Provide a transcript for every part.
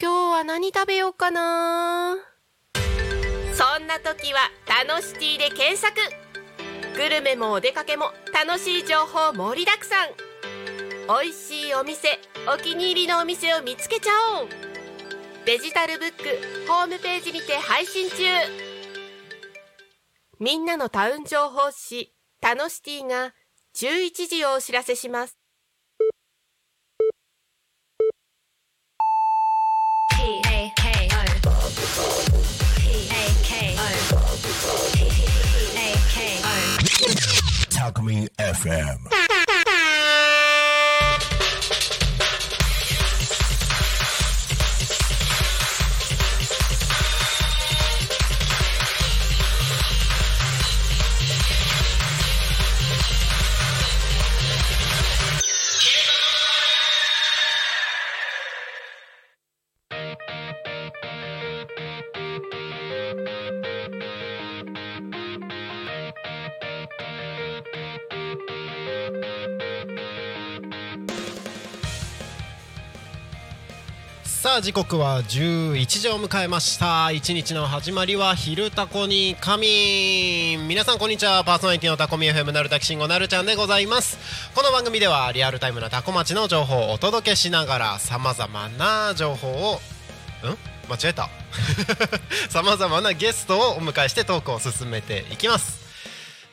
今日は何食べようかなそんな時は「楽しティ」で検索グルメもお出かけも楽しい情報盛りだくさん美味しいお店お気に入りのお店を見つけちゃおうデジタルブックホームページにて配信中みんなのタウン情報誌「楽しティ」が11時をお知らせします P A K O. P A K O. P A K O. Talk Me FM. 「さあ時刻は11時を迎えました一日の始まりは「昼タコに神」皆さんこんにちはパーソナリティのタコミ FM なるたきしんごなるちゃんでございますこの番組ではリアルタイムなタコ町の情報をお届けしながらさまざまな情報をん間違えた さまざまなゲストをお迎えしてトークを進めていきます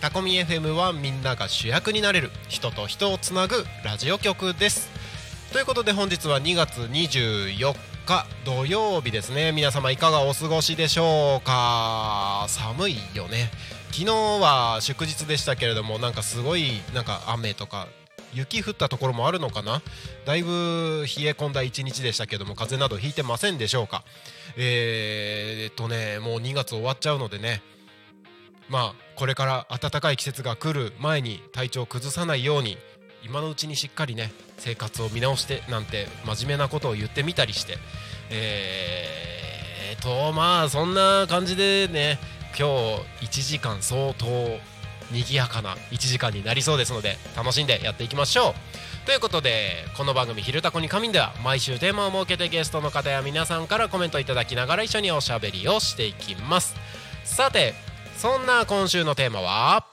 タコミ FM はみんなが主役になれる人と人をつなぐラジオ局ですということで本日は2月24日土曜日ですね皆様いかがお過ごしでしょうか寒いよね昨日は祝日でしたけれどもなんかすごいなんか雨とか雪降ったところもあるのかなだいぶ冷え込んだ一日でしたけども風邪などひいてませんでしょうかえー、っとねもう2月終わっちゃうのでねまあこれから暖かい季節が来る前に体調を崩さないように今のうちにしっかりね生活を見直してなんて真面目なことを言ってみたりしてえーとまあそんな感じでね今日1時間相当賑やかな1時間になりそうですので楽しんでやっていきましょうということでこの番組「ひるたこに神」では毎週テーマを設けてゲストの方や皆さんからコメントいただきながら一緒におしゃべりをしていきますさてそんな今週のテーマは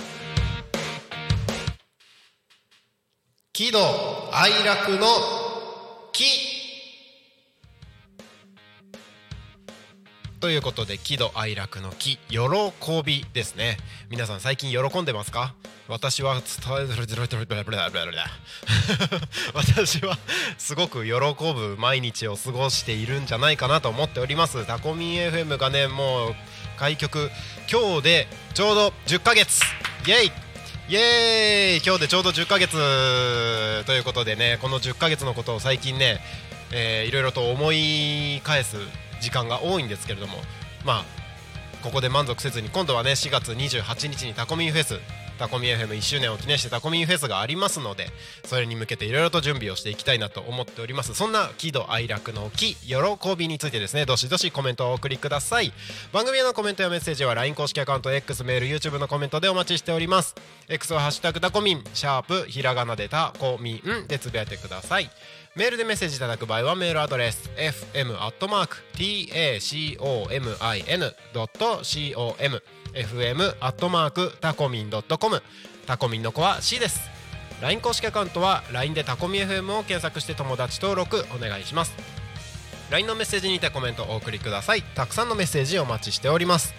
喜怒哀楽の喜ということで喜怒哀楽の喜喜びですね皆さん最近喜んでますか私は伝え 私はすごく喜ぶ毎日を過ごしているんじゃないかなと思っておりますタコミン FM がねもう開局今日でちょうど10ヶ月イエイイエーイ今日でちょうど10ヶ月ということでねこの10ヶ月のことを最近ね、えーいろいろと思い返す時間が多いんですけれどもまあここで満足せずに今度はね4月28日にタコミンフェスタコミン FM1 周年を記念してタコミンフェスがありますのでそれに向けていろいろと準備をしていきたいなと思っておりますそんな喜怒哀楽の喜喜びについてですねどしどしコメントをお送りください番組へのコメントやメッセージは LINE 公式アカウント X メール YouTube のコメントでお待ちしております X はハッシュタグタコミンシャープひらがなでタコミンでつぶやいてくださいメールでメッセージいただく場合はメールアドレス fm.tacomin.com fm.tacomin.com タコミンの子は C です LINE 公式アカウントは LINE でタコミ FM を検索して友達登録お願いします LINE のメッセージにてコメントをお送りくださいたくさんのメッセージお待ちしております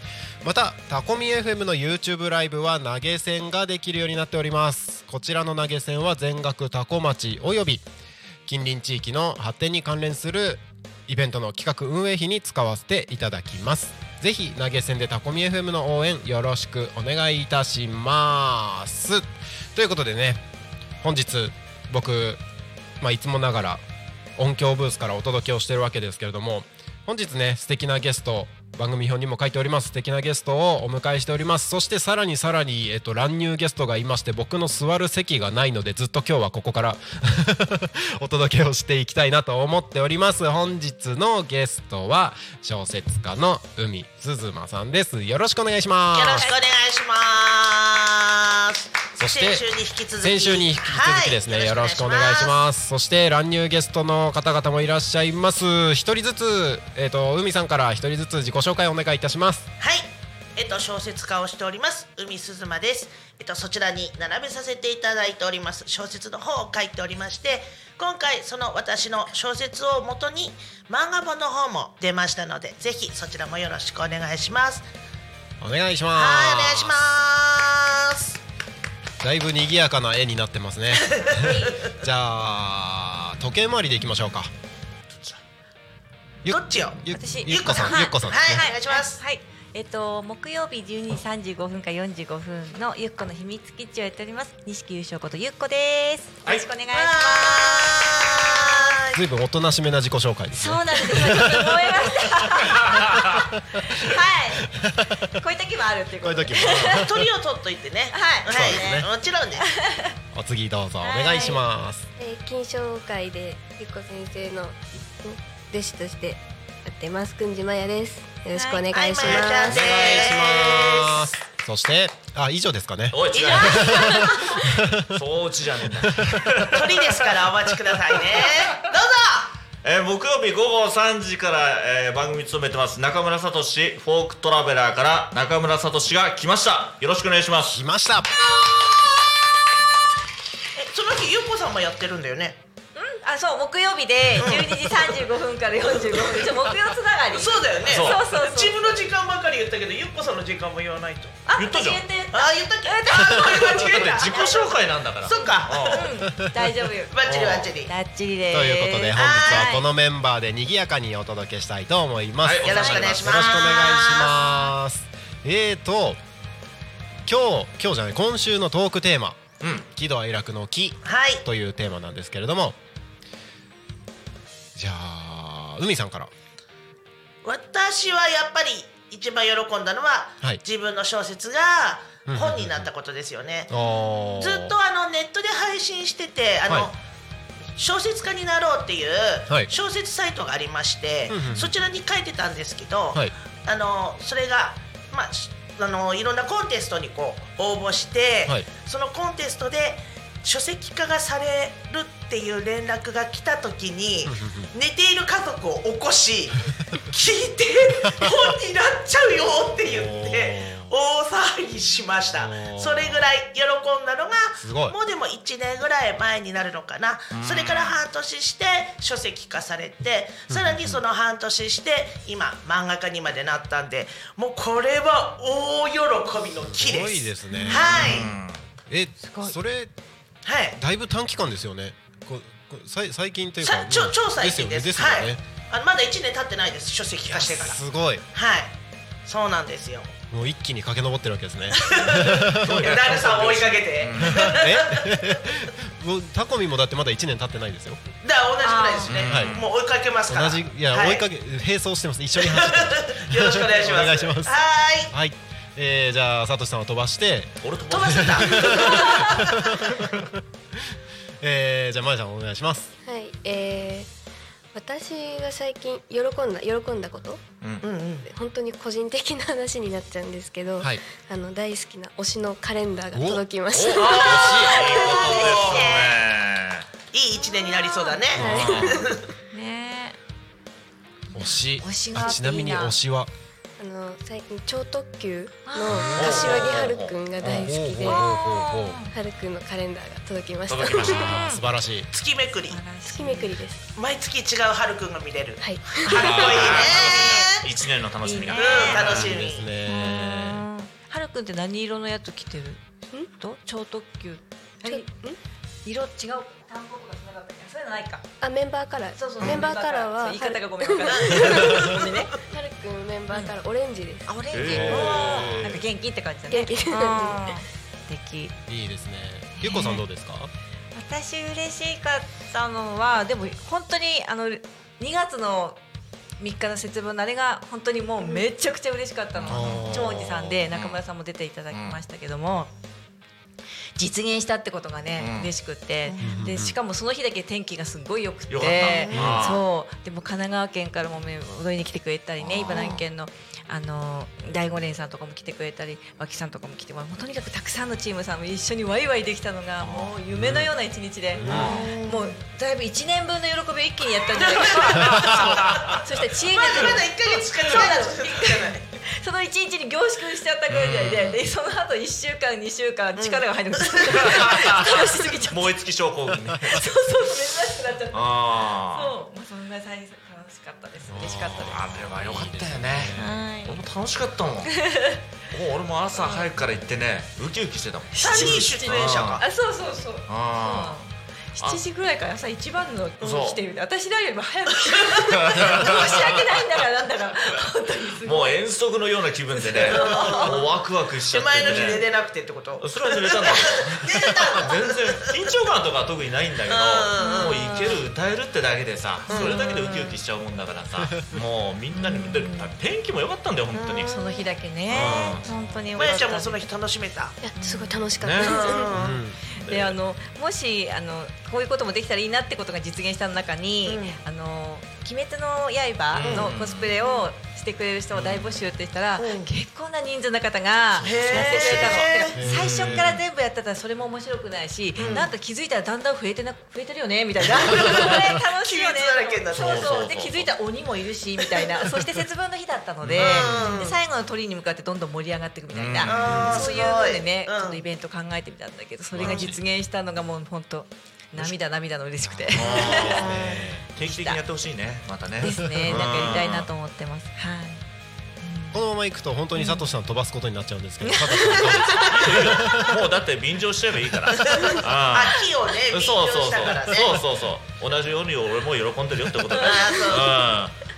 またタコミ FM の YouTube ライブは投げ銭ができるようになっておりますこちらの投げ銭は全額タコ町および近隣地域の発展に関連するイベントの企画運営費に使わせていただきますぜひ投げ銭でタコミ FM の応援よろしくお願いいたしますということでね本日僕、まあ、いつもながら音響ブースからお届けをしてるわけですけれども本日ね素敵なゲスト番組表にも書いております素敵なゲストをお迎えしておりますそしてさらにさらに、えっと、乱入ゲストがいまして僕の座る席がないのでずっと今日はここから お届けをしていきたいなと思っております本日のゲストは小説家の海鈴間さんですよろしくお願いしますよろしくお願いします。そして先週に引き続き、先週に引き続きですね、はいよろしくお願いしますそして乱入ゲストの方々もいらっしゃいます一人ずつえっ、と海さんから一人ずつ自己紹介をお願いいたしますはい、えっと小説家をしております海鈴間です。えっとそちらに並べさせていただいております小説の方を書いておりまして、今回その私の小説を元に漫画本の方も出ましたので、ぜひそちらもよろしくお願いします。お願いしますはい、お願いします。だいぶ賑やかな絵になってますね じゃあ時計回りでいきましょうかゆどっちよ。ゆ私ゆっこさんはいゆっこさんはでい、すね、はい、お願いします。はい、えっと木曜日12時35分から45分のゆっこの秘密基地をやっております錦優勝ことゆっこです。よろしくお願いしま。はーいずいぶんおとなしめな自己紹介ですすそうねなんですよ。今ちょっと思いました。はい。こういう時もあるっていうこうこいうと時で。も鳥を取っといてね。はいはい、そうですねもちろんです。お次どうぞお願いしますえー、金賞会でゆっこ先生のん弟子としてやってますくんじまやですよろしくお願いします、はいはいまやちゃんおです願いしますそしてあ以上ですかねおい違いうや そうちじゃねえんだ鳥ですからお待ちくださいね。どうぞ。えー木曜日午後3時から、えー番組務めてます中村聡フォークトラベラーから中村聡が来ましたよろしくお願いします来ましたえ、その日ゆうこさんもやってるんだよね。あ、そう木曜日で12時35分から45分。ちょ木曜つながり。そうだよね。そうそうそうそう自分の時間ばかり言ったけど、ゆっこさんの時間も言わないと。あ言ったじゃん私言ったあ、言ったっけ。あ、ごめん間違えだた。って自己紹介なんだからそっか。言った。うん、大丈夫よ。バッチリバッチリ。ラッチリです。ということで本日はこはのメンバーで賑やかにお届けしたいと思います、はいよろしくお願いしますよろしくお願いしますえーと今日今日じゃない今週のトークテーマうん喜怒哀楽の喜はい。というテーマなんですけれどもじゃあ海さんから私はやっぱり一番喜んだのは、はい自分の小説がうん本になったことですよね。おーずっとあのネットで配信しててあの、はい小説家になろうっていうはい小説サイトがありまして、うんうんうんそちらに書いてたんですけど、はいあのそれが、まあ、しあのいろんなコンテストにこう応募して、はいそのコンテストで書籍化がされるっていう連絡が来た時にんうん寝ている家族を起こし 聞いて本になっちゃうよって 言って大騒ぎしましたおーそれぐらい喜んだのがすごいもうでも1年ぐらい前になるのかなそれから半年して書籍化されてさらにその半年して今漫画家にまでなったんでもうこれは大喜びの木ですすごいですねはいえそれはいだいぶ短期間ですよねここさい最近というさか超うん超最近ですですよはねいですよねあのまだ1年経ってないです書籍化してからすごいはいそうなんで すよもう一気に駆け上ってるわけです ねダルさんを追いかけてえ もうタコミもだってまだ1年経ってないですよだから同じぐらいですねはいもう追いかけますか同らじいや、は追いかけ並走してます一緒に走ってますよろしくお願いしますお願いしますはーいはい、えー、じゃあサトシさんを飛ばして、俺と飛ばせたえー、じゃあまやちゃんお願いしますはい、えー私が最近喜んだ喜んだことうんうん本当に個人的な話になっちゃうんですけど、はいあの大好きな推しのカレンダーが届きました惜しいいい一年になりそうだね。い。ね推し推しがあちなみにいいな推しはあの最近超特急のあー柏木春くんが大好きでおーおーおーおーおー春くんのカレンダーが届きました届きましたあー素晴らしい月めくりえ。、素月めくりです毎月違うはるくんが見れる。はい春くんいいね。一年の楽しみがいいねうん、楽しいいですみ。ねはるくんって何色のやつ着てる？と超特急。あちょれん色違う単語とかつながったっけそういうのないか。あメンバーカラーそうそうメンバーカラーはそう言い方がごめんはわるかんない。ごめん ね。春くんメンバーカラーオレンジですあオレンジ。へーなんか元気って感じだね。元気うん素敵。いいですねゆっこさんどうですか私嬉しかったのはでも本当にあの2月の3日の節分のあれが本当にもうめちゃくちゃ嬉しかったのうん長寺さんで中村さんも出ていただきましたけども。実現したってことがね、うん嬉しくって、でしかもその日だけ天気がすごい良くてよかったうんそうでも神奈川県からもね踊りに来てくれたりねうん茨城県のあの大五連さんとかも来てくれたり脇さんとかも来てもうとにかくたくさんのチームさんも一緒にワイワイできたのがもう夢のような一日で、もうだいぶ1年分の喜びを一気にやったんじゃな いですか そうそして知恵がまだまだ1ヶ月しか使えないですその1日に凝縮しちゃったぐらいで,、でその後1週間2週間力が入 りました、楽しすぎちゃった燃え尽き症候群ねそうそう珍しくなっちゃったあそう、まあ、そんな最楽しかったです嬉しかったですああれは良かったよねはい俺も楽しかったもん もう俺も朝早くから行ってねウキウキしてたもん3人出演者があそうそうそうああ7時ぐらいから朝一番のそう来てる私らよりも早く来てる 申し訳ないんだからなん だから本当にすごいもう遠足のような気分で ねもうワクワクしちゃ手って、ね、前の日寝れなくてってことそれは濡 れたんだ全然緊張感とかは特にないんだけどもういける歌えるってだけでさそれだけでウキウキしちゃうもんだからさもうみんなにで天気も良かったんだよ本当にその日だけねう本当に良まかっやたちゃんもその日楽しめたいやすごい楽しかったです、ね うんであのもしあのこういうこともできたらいいなってことが実現した中に「あの鬼滅の刃」のコスプレをしてくれる人を大募集ってしたら、結構な人数の方がやってくれたのだから最初から全部やってたらそれも面白くないし、なんか気づいたらだんだん増えてな増えてるよねみたいなこれ楽しいよ鬼滅ねだらけになってそるうそうそうそそううで気づいたら鬼もいるしみた いなそして節分の日だったのでで最後の鳥に向かってどんどん盛り上がっていくみたいな。あーそういうのでね、うんちょっとイベント考えてみたんだけど、それが実現したのがもう本当涙涙の嬉しくて定期的にやってほしいねまたね ですね。なんかやりたいなと思思ってます。はい。このまま行くと本当にサトシさん飛ばすことになっちゃうんですけど、サトシさんどうですかう もうだって便乗しちゃえばいいから ああ秋をねそ勉う強そうそうしたからねそうそうそう同じように俺も喜んでるよってことだよ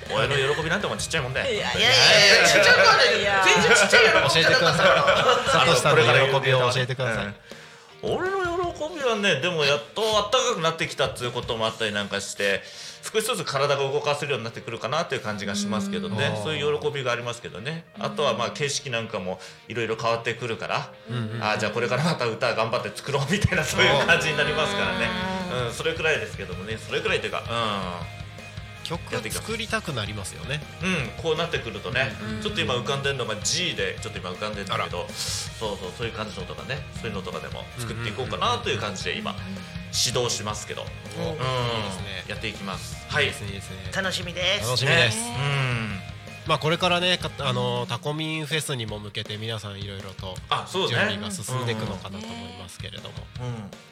うん親の喜びなんてもんちっちゃいもんだよいやいやいやいやちっちゃくはない全然ちっちゃい喜教びえじてゃなくかだっさたいから。 サトシさんのあの喜びを教えてください。俺の喜びはねでもやっと暖かくなってきたっていうこともあったりなんかして少しずつ体が動かせるようになってくるかなという感じがしますけどねうんそういう喜びがありますけどねあとはまあ景色なんかもいろいろ変わってくるから、ああじゃあこれからまた歌頑張って作ろうみたいなそういう感じになりますからね、うん、それくらいですけどもねそれくらいというかうん。曲作りたくなりますよね。うん、こうなってくるとね、ちょっと今浮かんでるのが G でちょっと今浮かんでるんだけどそうそうそういう感じのとかねそういうのとかでも作っていこうかなという感じで今指導しますけど、うんいいですねやっていきますはいいいですねいいですね。楽しみです楽しみです。ねうんまあこれからね、かあのタコミンフェスにも向けて皆さんいろいろとあそう準だね備が進んでいくのかなと思いますけれども、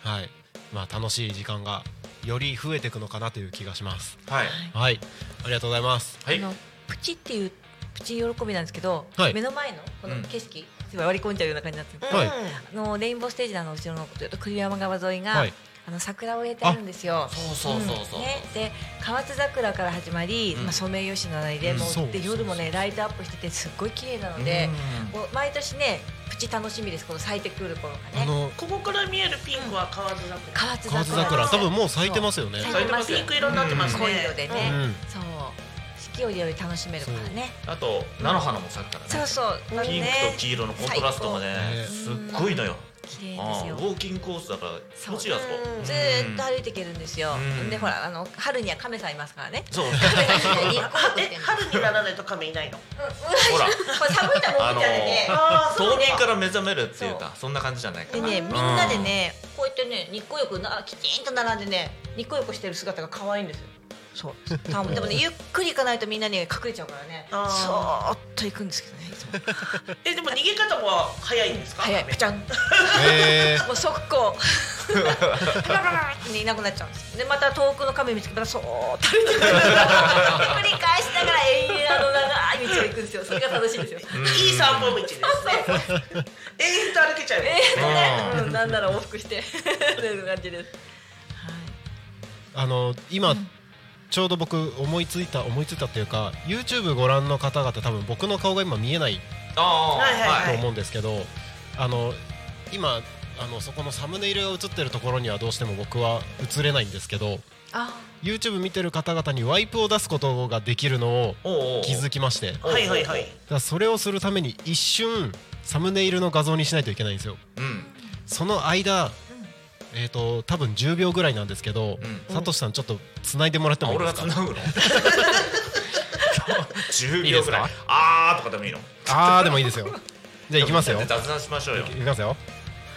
うんはい。まあ楽しい時間がより増えていくのかなという気がします。はいはい、ありがとうございます。はいあのプチっていうプチ喜びなんですけど、はい目の前のこの景色、すごい割り込んじゃうような感じになってる。はい。あのレインボーステージのあの後ろのずっと栗山川沿いが、はいあの桜を植えてあるんですよ。そうそうそうそう、ね、で河津桜から始まり、まあ、ソメイヨシノなりでもうそうで夜もねライトアップしててすっごい綺麗なので、もう毎年ねプチ楽しみですこの咲いてくる頃あがねのここから見えるピンクは河津桜河津河桜津桜、多分もう咲いてますよね。咲いてますピよンク色になってますね濃い色でね、うんそう四季折々楽しめるからねあと菜の花も咲くからねそうそう、ピンクと黄色のコントラストもねねすっごいのよ綺麗あーですウよォーキングコースだから気持ちいいあそこずーっと歩いていけるんですよ、うんでほらあの春には亀さんいますか らねそう亀 さんにコラボしてえる春にならないと亀いないのほ らこれ寒いだろあのみたいなねあー冬眠から目覚めるっていうかそんな感じじゃないかでなねみんなでねこうやってね日光浴なきちんと並んでね日光浴してる姿が可愛いんですよそうた ぶんでもねゆっくり行かないとみんなに隠れちゃうからねそあーーっと行くんですけどねいつもえでも逃げ方は早いんですか早いペチャンえ もう速攻パラパラパラっていなくなっちゃうんですでまた遠くの亀見つけたらそーっと歩いてくる 繰り返しながら永遠あの長い道を行くんですよそれが楽しいんですよいい散歩道ですね延々と歩けちゃう えーとね、うん、なんなら往復して という感じですーあの今、ちょうど僕思いついた思いついたっていうか YouTube ご覧の方々多分僕の顔が今見えないああはいはいと思うんですけど、あの今あのそこのサムネイルが映ってるところにはどうしても僕は映れないんですけどあ YouTube 見てる方々にワイプを出すことができるのをおうおう気づきましてだかはいはいはいらそれをするために一瞬サムネイルの画像にしないといけないんですようんその間えー、と多分10秒ぐらいなんですけど、うんサトシさんちょっと繋いでもらってあもいい俺でがすか繋ぐの10 いいで秒すぐらいかあーとかでもいいのあーでもいいですよじゃあ行きますよ雑談しましょうよ行きますよ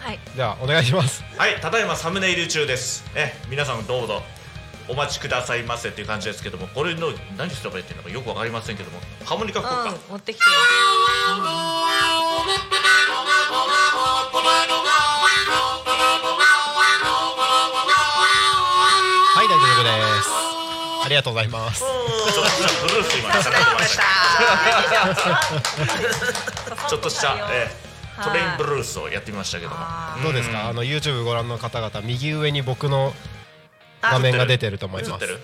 はいじゃあお願いしますはいただいまサムネイル中ですえ皆さんどうぞお待ちくださいませっていう感じですけどもこれの何すればいいっていうのかよくわかりませんけどもハーモニカ効果、うん持ってきてはい大丈夫ですありがとうございますちょっとしたブルース今なかなか出ましたちょ っとした、えートレインブルースをやってみましたけどもあどうですかあの YouTube ご覧の方々右上に僕のあ画面が出てると思い映まってする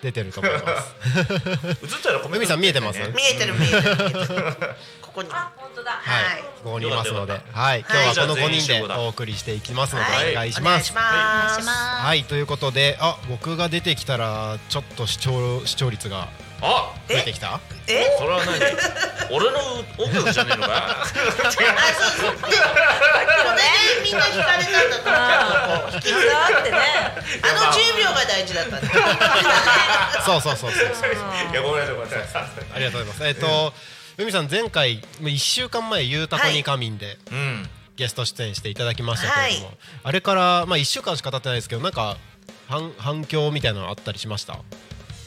出てると思います映ったらコメ海ントさん見えてますね見えてる見えてる見えてるここにあ本当だはいはいここにいますのでよかったよかったはい今日はこのはい5人じゃあ全員集合でだお送りしていきますのはでお願いしますお願いしますはいということであ僕が出てきたらちょっと視聴視聴率があ増えてきたえそれは何俺の音楽じゃねえ のかあそうそう同じでみんな惹かれたんだと思うちゃんとこう引き引きがあってねあの10秒が大事だったんだそうそうそうそうそういやごめんなさいごめんなさいありがとうございますえっと海さん前回1週間前「ゆうたこにかみん」でうんゲスト出演していただきましたけれども、あれからまあ1週間しか経ってないですけどなんか反反響みたいなのあったりしました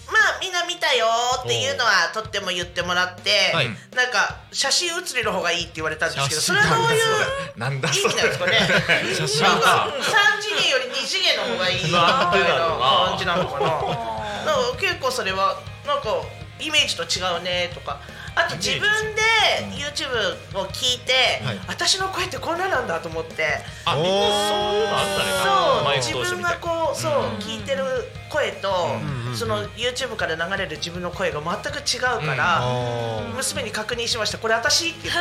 まあみんな見たよーっていうのはとっても言ってもらって、はいなんか写真写りの方がいいって言われたんですけど写そ真れはどういうなんだ意そ味れなんですか ね写真なんかか3次元より2次元の方がいいみたいなんでだなろうな感じなのかななんか結構それはなんかイメージと違うねとかあと自分で YouTube を聞いて、はい私の声ってこんななんだと思ってあみんなそういうのあったねそうマ自イク通して分みたがいこうそう聞いてる声とうんうんその YouTube から流れる自分の声が全く違うかあらー娘に確認しました「これ私?」って言っ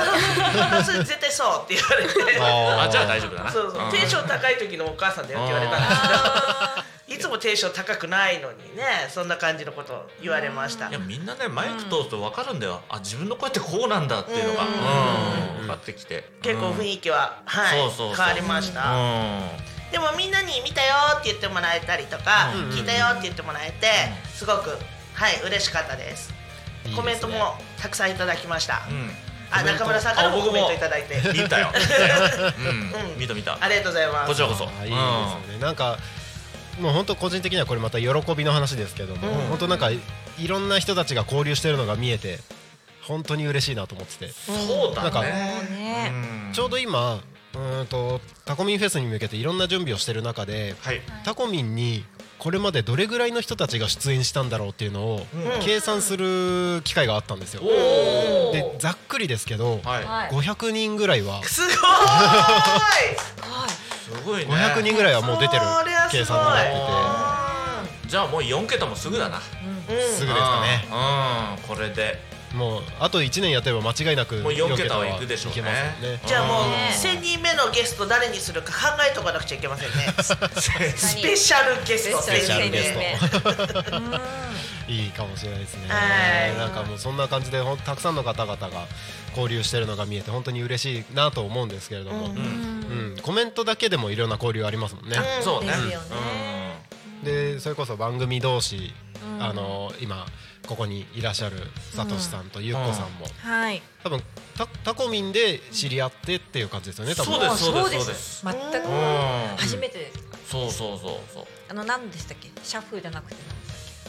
たら「それ絶対そう」って言われてあじゃあ大丈夫だなそうそうテンション高い時のお母さんだよって言われたんですけどいつもテンション高くないのにねそんな感じのことを言われましたいやみんなねマイク通すと分かるんだよ、あ自分の声ってこうなんだっていうのが、うん分かってきて結構雰囲気ははいそうそうそう変わりました。うでもみんなに見たよって言ってもらえたりとか、聞いたよって言ってもらえて、すごくはい嬉しかったですいいですねコメントもたくさんいただきました、ん、あ中村さんからあも僕コもメントいただい てうん、見た よ見たよ、うん見た見たありがとうございますこちらこそあーいいですよね、なんかもう本当個人的にはこれまた喜びの話ですけども、本当なんかいろんな人たちが交流してるのが見えて本当に嬉しいなと思ってて、うんそうなだんかねねうんちょうど今うーんとタコミンフェスに向けていろんな準備をしてる中で、はいタコミンにこれまでどれぐらいの人たちが出演したんだろうっていうのを計算する機会があったんですよ。おでざっくりですけど、ははい500人ぐらいはすごーいはいいすごいね500人ぐらいはもう出てるそりゃすごい計算になってじゃあもう四桁もすぐだなてすぐですかね。うんこれでもうあと1年やってれば間違いなくもう四桁は四行くでしょうねいけますよねじゃあもうね1000人目のゲスト誰にするか考えとかなくちゃいけませんねススペシャルゲストスペシャルゲス1000人目トいいかもしれないですねはいなんかもうそんな感じでほんたくさんの方々が交流してるのが見えて本当に嬉しいなと思うんですけれども、うんコメントだけでもいろんな交流ありますもんね、そうねですよねでそれこそ番組同士、あの今ここにいらっしゃるさとしさんとゆっこさんも、はい多分たタコミンで知り合ってっていう感じですよね多分そうですそうですあそうです全くうん初めてですそうそうそうそうあの何でしたっけシャッフルじゃなくて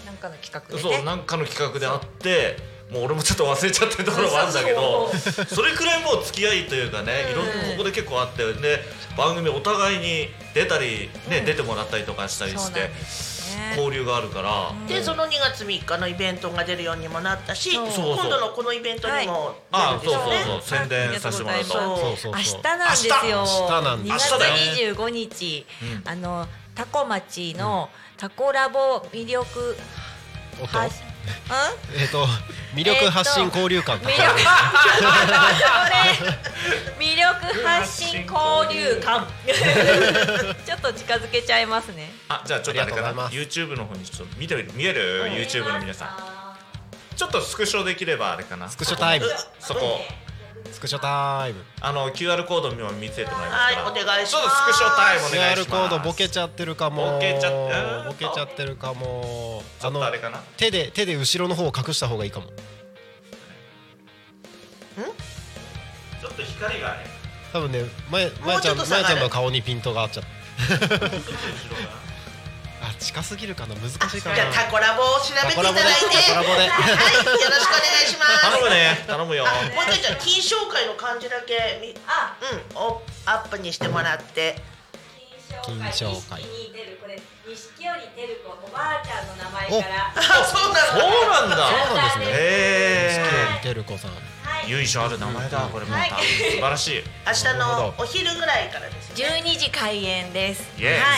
何でしたっけなんかの企画でそうねなんかの企画であってもう俺もちょっと忘れちゃってるところもあるんだけどそれくらいもう付き合いというかねいろんなここで結構あってで番組お互いに出たりね出てもらったりとかしたりそしうなてんですよね交流があるからでその2月3日のイベントが出るようにもなったしうそう今度のこのイベントにも出るあんあでそうすそうよね、そう宣伝させてもらったそうそうそうそう明日なんですよ明日なんで2す月明日だよ25日うんあのタコ町のタコラボ魅力音発うんえっ、と魅力発信交流館魅 力それ魅力発信交流館ちょっとと近づけちゃいますね。あじゃあちょっとあれかあなりがとうござい YouTube の方にちょっと見てみる見える YouTube の皆さんあちょっとスクショできればあれかなスクショタイムそこスクショタイムあの QR コードも見せてもらいますはいからお願いしますちょっとスクショタイムお願い QR しコますードボケちゃってるかもボケちゃっボケちゃってるかもちょっとあれかな手で手で後ろの方を隠した方がいいかもちょっと光がね多分ねまやまやちゃんまもうちょっと下やがるちゃんの顔にピントが合っちゃった ちょっと後ろかなあ近すぎるかな難しいじかゃあなタコラボを調べていただタコラいてボでタコラボではいよろしくお願いします 頼むね頼むよあもう一回じゃあ金賞会の感じだけみあうんをアップにしてもらって金金賞賞会会錦に出るこれ錦より出る子おばあちゃんの名前からあそうなそうなんだそうなんですねへ四え季てる子さん由緒ある名前だこれもまた素晴らしい明日なるのほお昼ぐらいからですよね12時開演です。 Yes は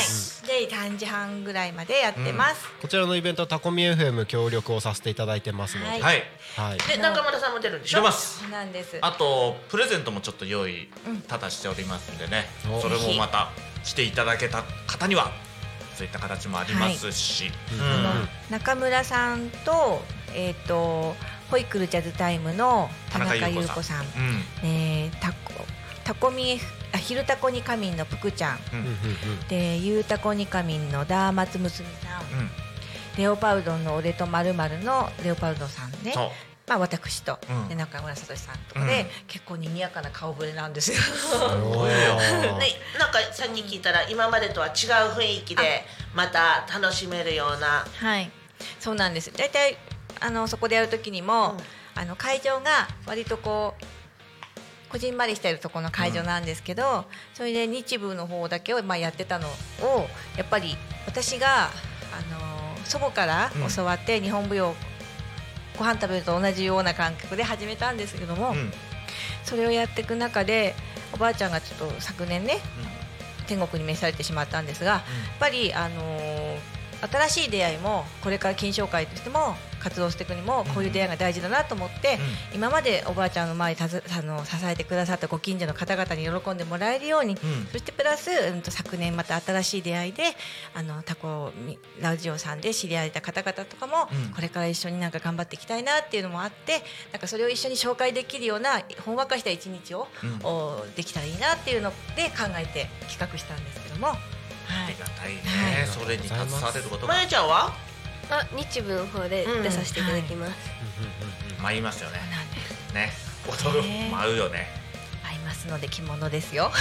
い。で3時半ぐらいまでやってます。こちらのイベントはタコミ FM 協力をさせていただいてますので、はいはいはい、で中村さんも出るんでしょ出ますそうなんです。あとプレゼントもちょっと用意ただしておりますんでね、おそれもまた来ていただけた方にはそういった形もありますし、うん中村さんとえっ、とホイクルジャズタイムの田中優子さん、うんえー、タコタコミ F あ昼タコにカミンのぷくちゃん、うんうんうんでゆうたこにかみんのダーマツむすみさん、うんレオパウドの俺とまるまるのレオパウドさんね。そうまあ私と、うんで中村聡さんとかで、うん結構賑やかな顔ぶれなんですよ。うんごいよおー ね、なんかさっき聞いたら今までとは違う雰囲気でまた楽しめるようなはい、そうなんです。大体あのそこでやる時にも、あの会場が割とこうこじんまりしてるところの会場なんですけど、それで日舞の方だけをまあやってたのをやっぱり私があの祖母からうん教わって日本舞踊、ご飯食べると同じような感覚で始めたんですけども、うんうんそれをやっていく中でおばあちゃんがちょっと昨年ね天国に召されてしまったんですが、やっぱり、あのー新しい出会いもこれから金賞会としても活動していくにもこういう出会いが大事だなと思って、今までおばあちゃんの前にたずあの支えてくださったご近所の方々に喜んでもらえるように、んそしてプラス、うん、と昨年また新しい出会いであのタコミラジオさんで知り合えた方々とかも、うんこれから一緒になんか頑張っていきたいなっていうのもあってなんかそれを一緒に紹介できるようなほんわかした一日を、うんおできたらいいなっていうので考えて企画したんですけども。はありがたいね、はいそれに携われることがまゆちゃんはあ日舞の方で出させていただきます、舞いますよねなんですね踊るね舞うよね合いますので着物ですよ。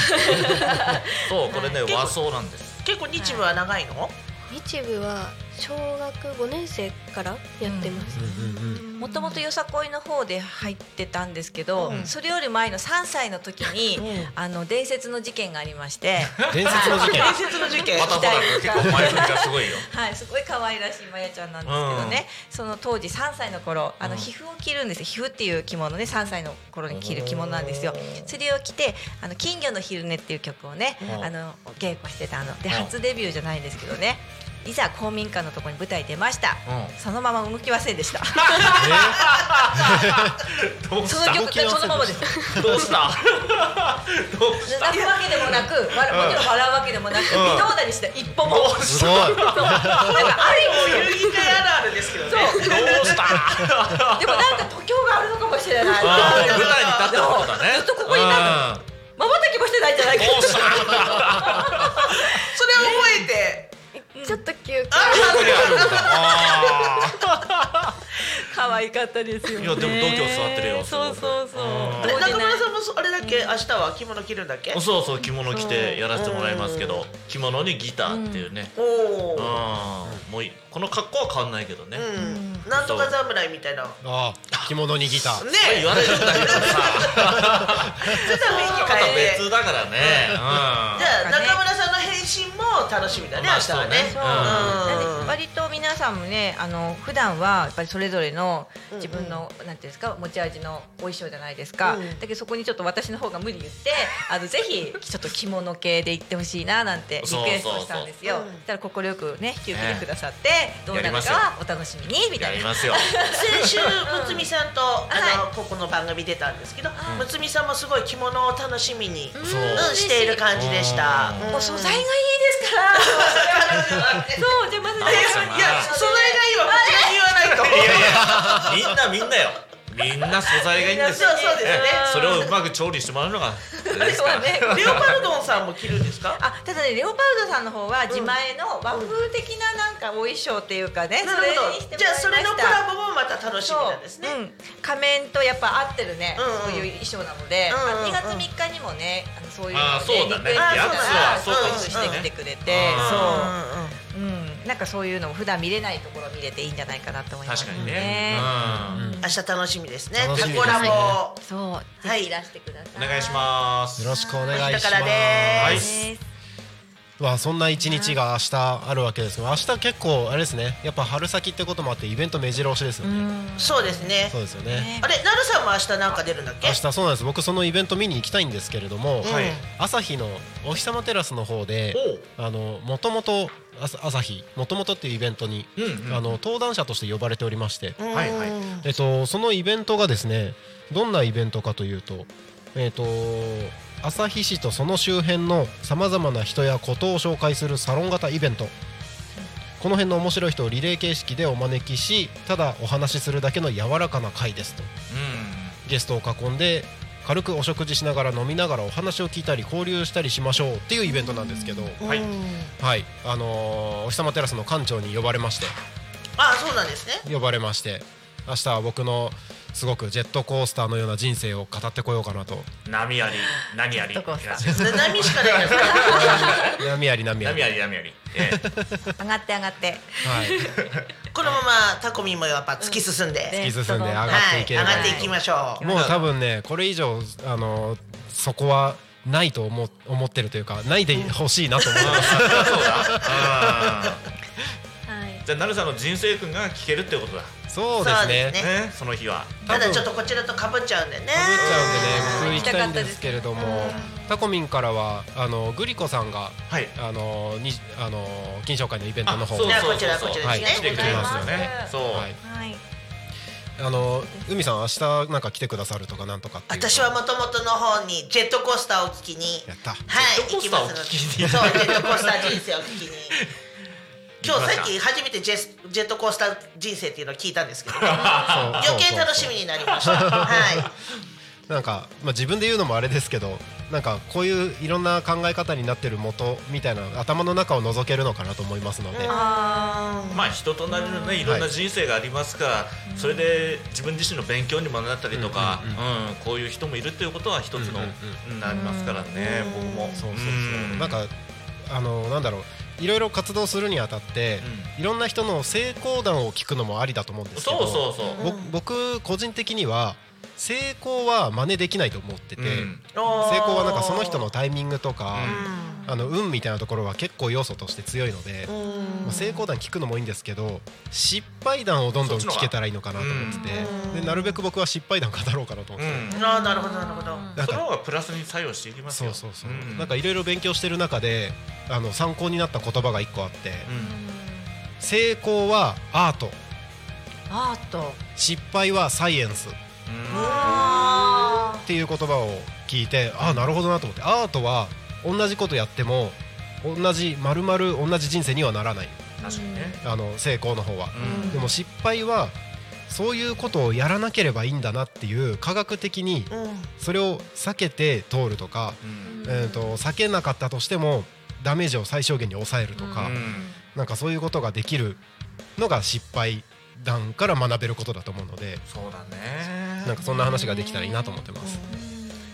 そうこれね、はい和装なんです結構日舞は長いの、日舞は小学5年生からやってます、うんうんうんもともとよさこいの方で入ってたんですけど、うんそれより前の3歳の時に、あの伝説の事件がありまして、伝説の事件伝説の受験またほら結構前振りがすごいよはい、すごい可愛らしいまやちゃんなんですけどね、その当時3歳の頃あのうん皮膚を着るんですよ皮膚っていう着物ね3歳の頃に着る着物なんですよそれを着て「あの金魚の昼寝」っていう曲をね、うんあのお稽古してたのでうん初デビューじゃないんですけどねいざ公民館のところに舞台出ました、うそのまま動きませんでした。どうそしのた曲がそのままです。どうした どうした泣くわけでもなく、笑もちろん笑うわけでもなく、微ん動だにして一歩も。すごいなんかある意味、遊戯会あるあるですけどねどうしたでもなんか度胸があるのかもしれない。あー舞台に立ってでるも方だね。ずっとここにいたの。うん。まばたきもしてないんじゃないか。どうしたのそれを覚えてちょっと休憩ここにあるんだ。あ可愛かったですよね。いやでも度胸座ってるよすごそくうそうそううん。あれ中村さんもそあれだけ明日は着物着るんだっけーそうそう着物着てやらせてもらいますけど、着物にギターっていうね。おうんお。もういこの格好は変わんないけどね。うねんなんとか侍みたいなねあー着物にギター言われるんだけどさ、普段雰囲気また変えて別だからね。じゃあ中村さんの変身も楽しみだねまあ明日はねそうなんうんで割と皆さんもねあの普段はやっぱりそれぞれの自分の、なんていうんですか持ち味のお衣装じゃないですか、うんだけどそこにちょっと私の方が無理言ってあのぜひちょっと着物系で行ってほしいななんてリクエストしたんですよそうそうそうそしたら快くね引き受けてくださって、どうやなりまるすかよはお楽しみにみうん。やたりいな。ますよ。先週むつみさんとあはのここの番組出たんですけどむつみさんもすごい着物を楽しみにそううんしている感じでしたうんもう素材がいいです そうじゃあまずじゃあいあやその以外はこちらに言わないといやいやみんなみんなよみんな素材がいいんですよいやそうそうですよねえそれをうまく調理してもらうのがですからそうね レオパルドンさんも着るんですかあただねレオパルドさんの方は自前の和風的ななんかお衣装っていうかね、なそるれほにしてどもじゃらあそれいましたのコラボもまた楽しみなんですねそううん仮面とやっぱ合ってるね、うんうんそういう衣装なので、うんうんうんあ2月3日にもねあのそういうあーそうだねリクエスやつトはそうそうかしてきてくれて、うそう、うん、なんかそういうのも普段見れないところ見れていいんじゃないかなと思います確かにねうんんうん明日楽しみですね楽しみですねコラボそうはぜいひいらしてください、お願いしますよろしくお願いしますだからですはいですわあそんな一日が明日あるわけですが明日結構あれですねやっぱ春先ってこともあってイベント目白押しですよね、そうですねそうですよねあれなるさんも明日なんか出るんだっけ明日そうなんです僕そのイベント見に行きたいんですけれども、はい朝日のお日様テラスの方であのもともと朝朝日もともとっていうイベントに、うんうんあの登壇者として呼ばれておりまして、うんはいはいえっと、そのイベントがですねどんなイベントかというと、えっと、旭市とその周辺のさまざまな人やことを紹介するサロン型イベントこの辺の面白い人をリレー形式でお招きしただお話しするだけの柔らかな会ですとうゲストを囲んで軽くお食事しながら飲みながらお話を聞いたり交流したりしましょうっていうイベントなんですけど、んはいはいあのーお日様テラスの館長に呼ばれましてあそうなんですね呼ばれまして明日は僕のすごくジェットコースターのような人生を語ってこようかな と波あり何あり波波しかないよ 波あり波ありあり波あり ええ上がって上がってはい、このままタコミンもやっぱ突き進んで突き進んで上がってはいいけ上れば、がっていきましょうもう多分ねこれ以上あのーそこはないと思思ってるというかないでほしいなと思ってます、そうだ はい。じゃあなるさんの人生君が聞けるってことだ そうですねそうですねねその日はただちょっとこちらとかぶっちゃうんでねかぶっちゃうんでね僕行きたいんですけれどもタコミンからはあのグリコさんがはいあのにあの金賞会のイベントの方そうにそうそうこちらこちらですねはい来てくれますよねそうはい、はいあの海さん明日なんか来てくださるとかなんとかっていう私はもともとの方にジェットコースターを聞きにやったはいジェットコースターを聞きに行きますのでそうジェットコースター人生を聞きに今日さっき初めてジェスジェットコースター人生っていうのを聞いた んですけどそう 余計楽しそみうそうになりましたはいそうなんか、まあ、自分で言うのもあれですけどなんかこういういろんな考え方になってる元みたいな頭の中を覗けるのかなと思いますので、まあ人となりのねいろんな人生がありますから、それで自分自身の勉強にもなったりとか、うんこういう人もいるっていうことは一つの、うんうんうんなりますからね、僕もそうそうそううんなんかあのなんだろういろいろ活動するにあたって、いろんな人の成功談を聞くのもありだと思うんですけどそうそうそう、ぼ僕個人的には成功は真似できないと思ってて、うん 成成功はなんかその人のタイミングとか、あの運みたいなところは結構要素として強いので、まあ、成功談聞くのもいいんですけど失敗談をどんどん聞けたらいいのかなと思ってて、でなるべく僕は失敗談語ろうかなと思うってて、んあーなるほどなるほどなんそのか方がプラスに作用していきますそようそうそう、んなんかいろいろ勉強してる中であの参考になった言葉が1個あって、うん成功はアートアート失敗はサイエンスっあていう言葉を聞いてああなるほどなと思ってアートは同じことやっても同じ丸々同じ人生にはならない確かにね、あの成功の方は。うんでも失敗はそういうことをやらなければいいんだなっていう科学的にそれを避けて通るとか、うんえー、と避けなかったとしてもダメージを最小限に抑えるとか、うんなんかそういうことができるのが失敗談から学べることだと思うのでそうだねなんかそんな話ができたらいいなと思ってます。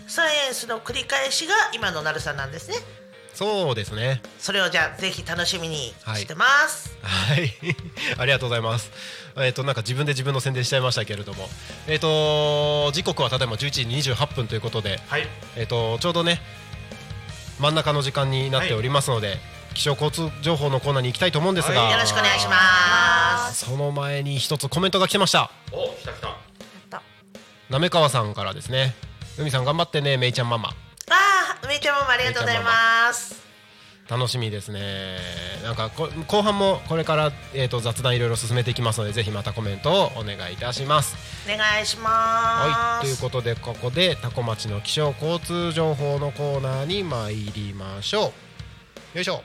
サイエンスの繰り返しが今のなるさんなんですねそうですねそれをじゃあぜひ楽しみにしてますはい ありがとうございますえっ、となんか自分で自分の宣伝しちゃいましたけれどもえっ、と時刻はただいま11時28分ということではいえっとちょうどね真ん中の時間になっておりますので、気象交通情報のコーナーに行きたいと思うんですが、はいよろしくお願いしますその前に一つコメントが来てましたお来た来たなめかわさんからですね海さん頑張ってねめいちゃんママあーめいちゃんママありがとうございます楽しみですねなんかこ後半もこれから、えー、と雑談いろいろ進めていきますのでぜひまたコメントをお願いいたしますお願いしまはい、とすいうことでここでタコ町の気象交通情報のコーナーに参りましょうよいしょ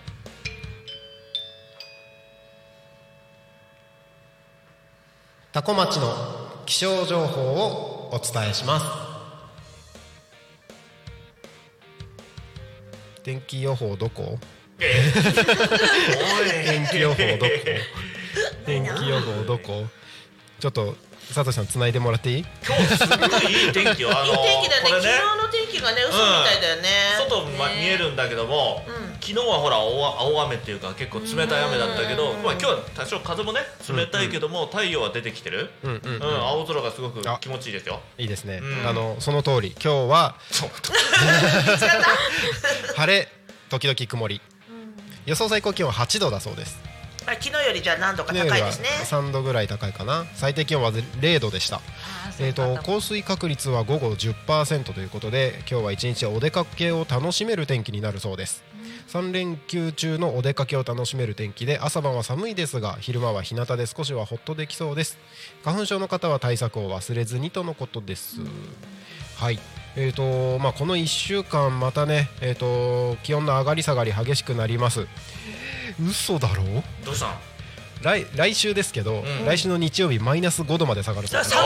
タコ町の気象情報をお伝えします天気予報どこ天気予報どこ天気予報どこちょっと佐藤さん繋いでもらっていい 今日すごいいい天気よ。あいのい天気だねこれ昨日の天気がね嘘みたいだよね、外ま見えるんだけども、昨日はほら青青雨っていうか結構冷たい雨だったけど、まあ今日は多少風もね冷たいけども、太陽は出てきてる。うんうんうん青空がすごくあ気持ちいいですよ。いいですね、うんあのその通り今日はそう晴れ時々曇り、予想最高気温は8度だそうですあ昨日よりじゃあ何度か昨日高いよりはですね3度ぐらい高いかな最低気温は0度でしたえー、と降水確率は午後10%ということで今日は一日お出かけを楽しめる天気になるそうです3連休中のお出かけを楽しめる天気で朝晩は寒いですが昼間は日向で少しはほっとできそうです花粉症の方は対策を忘れずにとのことです、はいえーとまあ、この1週間またね、えー、と気温の上がり下がり激しくなります嘘だろどうしたの？来来週ですけど、うん来週の日曜日マイナス5度まで下がるそうです寒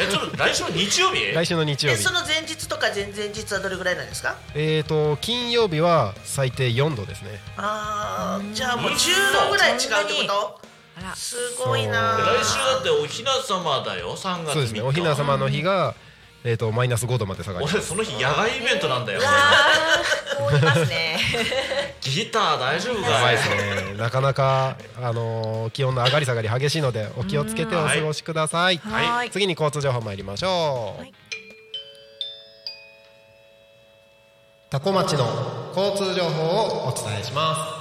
えちょっと来週の日曜日？来週の日い曜え日その前日とか前々日はどれぐらいなんですかえー、と金曜日は最低4度ですねあーじゃあもう10嘘度ぐらい違うってことすごいな来ー週だってお雛様だよ。3月そうですねおひな様の日が、えー、とマイナス5度まで下がり俺ますその日野外イベントなんだよ。凍りますね。ギター大丈夫やばかいいで？すねなかなか、あのー気温の上がり下がり激しいのでお気をつけてお過ごしください、 はいは次に交通情報参りましょう、タコ町の交通情報をお伝えします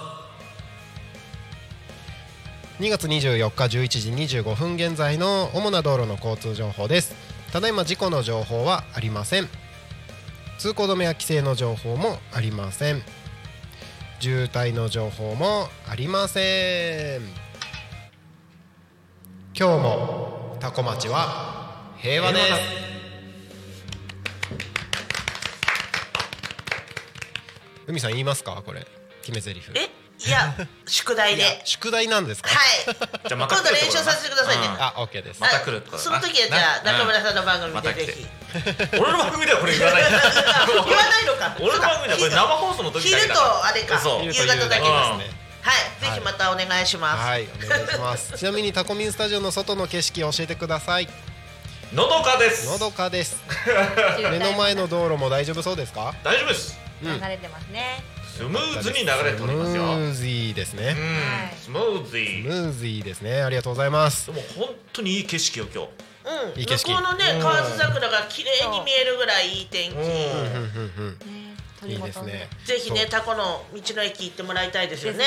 2月24日11時25分現在の主な道路の交通情報ですただいま事故の情報はありません通行止めや規制の情報もありません渋滞の情報もありません今日もタコ町は平和です海さん言いますかこれ決め台詞えいや宿題い でやはい宿題なんですかじゃあ今ま度た来る練ってことだな習させてくださいねうんあ、オッケーです また来るってことそだのな時はじゃあな中村さんの番組またで来てぜひ俺の番組ではこれ言わ ない言わないのか 俺の番組ではこれ生放送の時だけ昼だとからあれかそう夕方だけですねうんはいぜひまたお願いしますはいお願いします ちなみにタコミンスタジオの外の景色を教えてくださいのどかですのどかです目の前の道路も大丈夫そうですか大丈夫ですうん流れてますね。スムーズに流れておりますよスムうんーズーですね、スムーズスームーズーですねありがとうございますでも本当にいい景色よ今う日んいい景色向こうのね河津桜が綺麗に見えるぐらいいい天気うんうんうんうんいいですねぜひねそうタコの道の駅行ってもらいたいですよね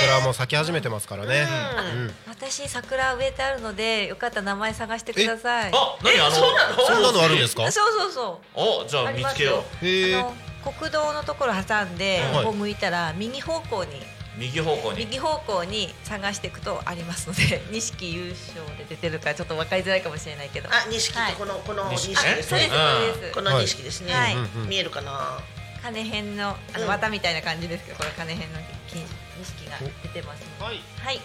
桜も咲き始めてますからねううん私桜植えてあるのでよかったら名前探してください。あ、何あのそうなのそんなのあるんですかそうそうそう。お、じゃあ見つけよへえあの国道のところ挟んで、はいこう向いたら右方向にう右方向に右方向に探していくとありますので 錦優勝で出てるからちょっと分かりづらいかもしれないけどあ錦ってこのこの錦錦でねすそうですねそうですこの錦ですねはいうんうん見えるかな金編のあうのん綿みたいな感じですけどこれ金編の金錦が出てますのではいはい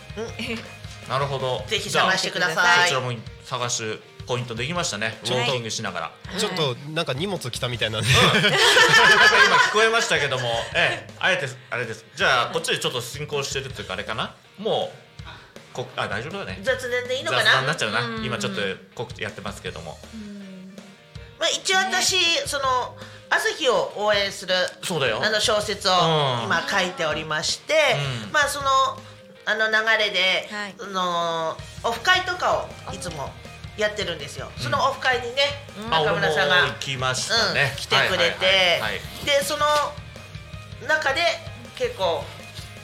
なるほどぜひ探してくだじゃじゃあさこいちらも探すポイントできましたねウォーキングしながらちょっとなんか荷物来たみたいなんで、今聞こえましたけども、ええ、あえてあれです。じゃあこっちでちょっと進行してるっていうかあれかな。もうこあ大丈夫だね。雑念でいいのか雑談にななっちゃうな。今ちょっと告知やってますけども。まあ一応私その朝日を応援するそうだよ。あの小説をうん今書いておりまして、うんまあそのあの流れで、はいあのオフ会とかをいつもやってるんですよ。そのオフ会にね、あ中村さんが、俺も行きましたね。うん、来てくれて、はいはいはいはいでその中で結構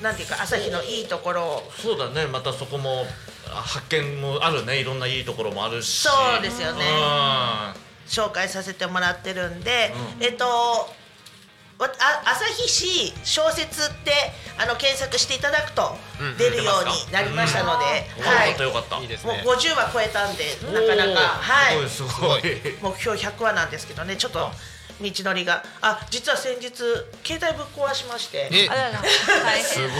なんていうか朝日のいいところをそうだね。またそこもあ発見もあるね。いろんないいところもあるし。そうですよねうん紹介させてもらってるんで、うえっとわあ朝日市小説ってあの検索していただくとうん出るようになりましたので、ははいよかったいいですもねう50は超えたんでなかなかはいすごいすごい目標100話なんですけどねちょっと道のりがあ実は先日携帯ぶっ壊しましてえあらら大変すごい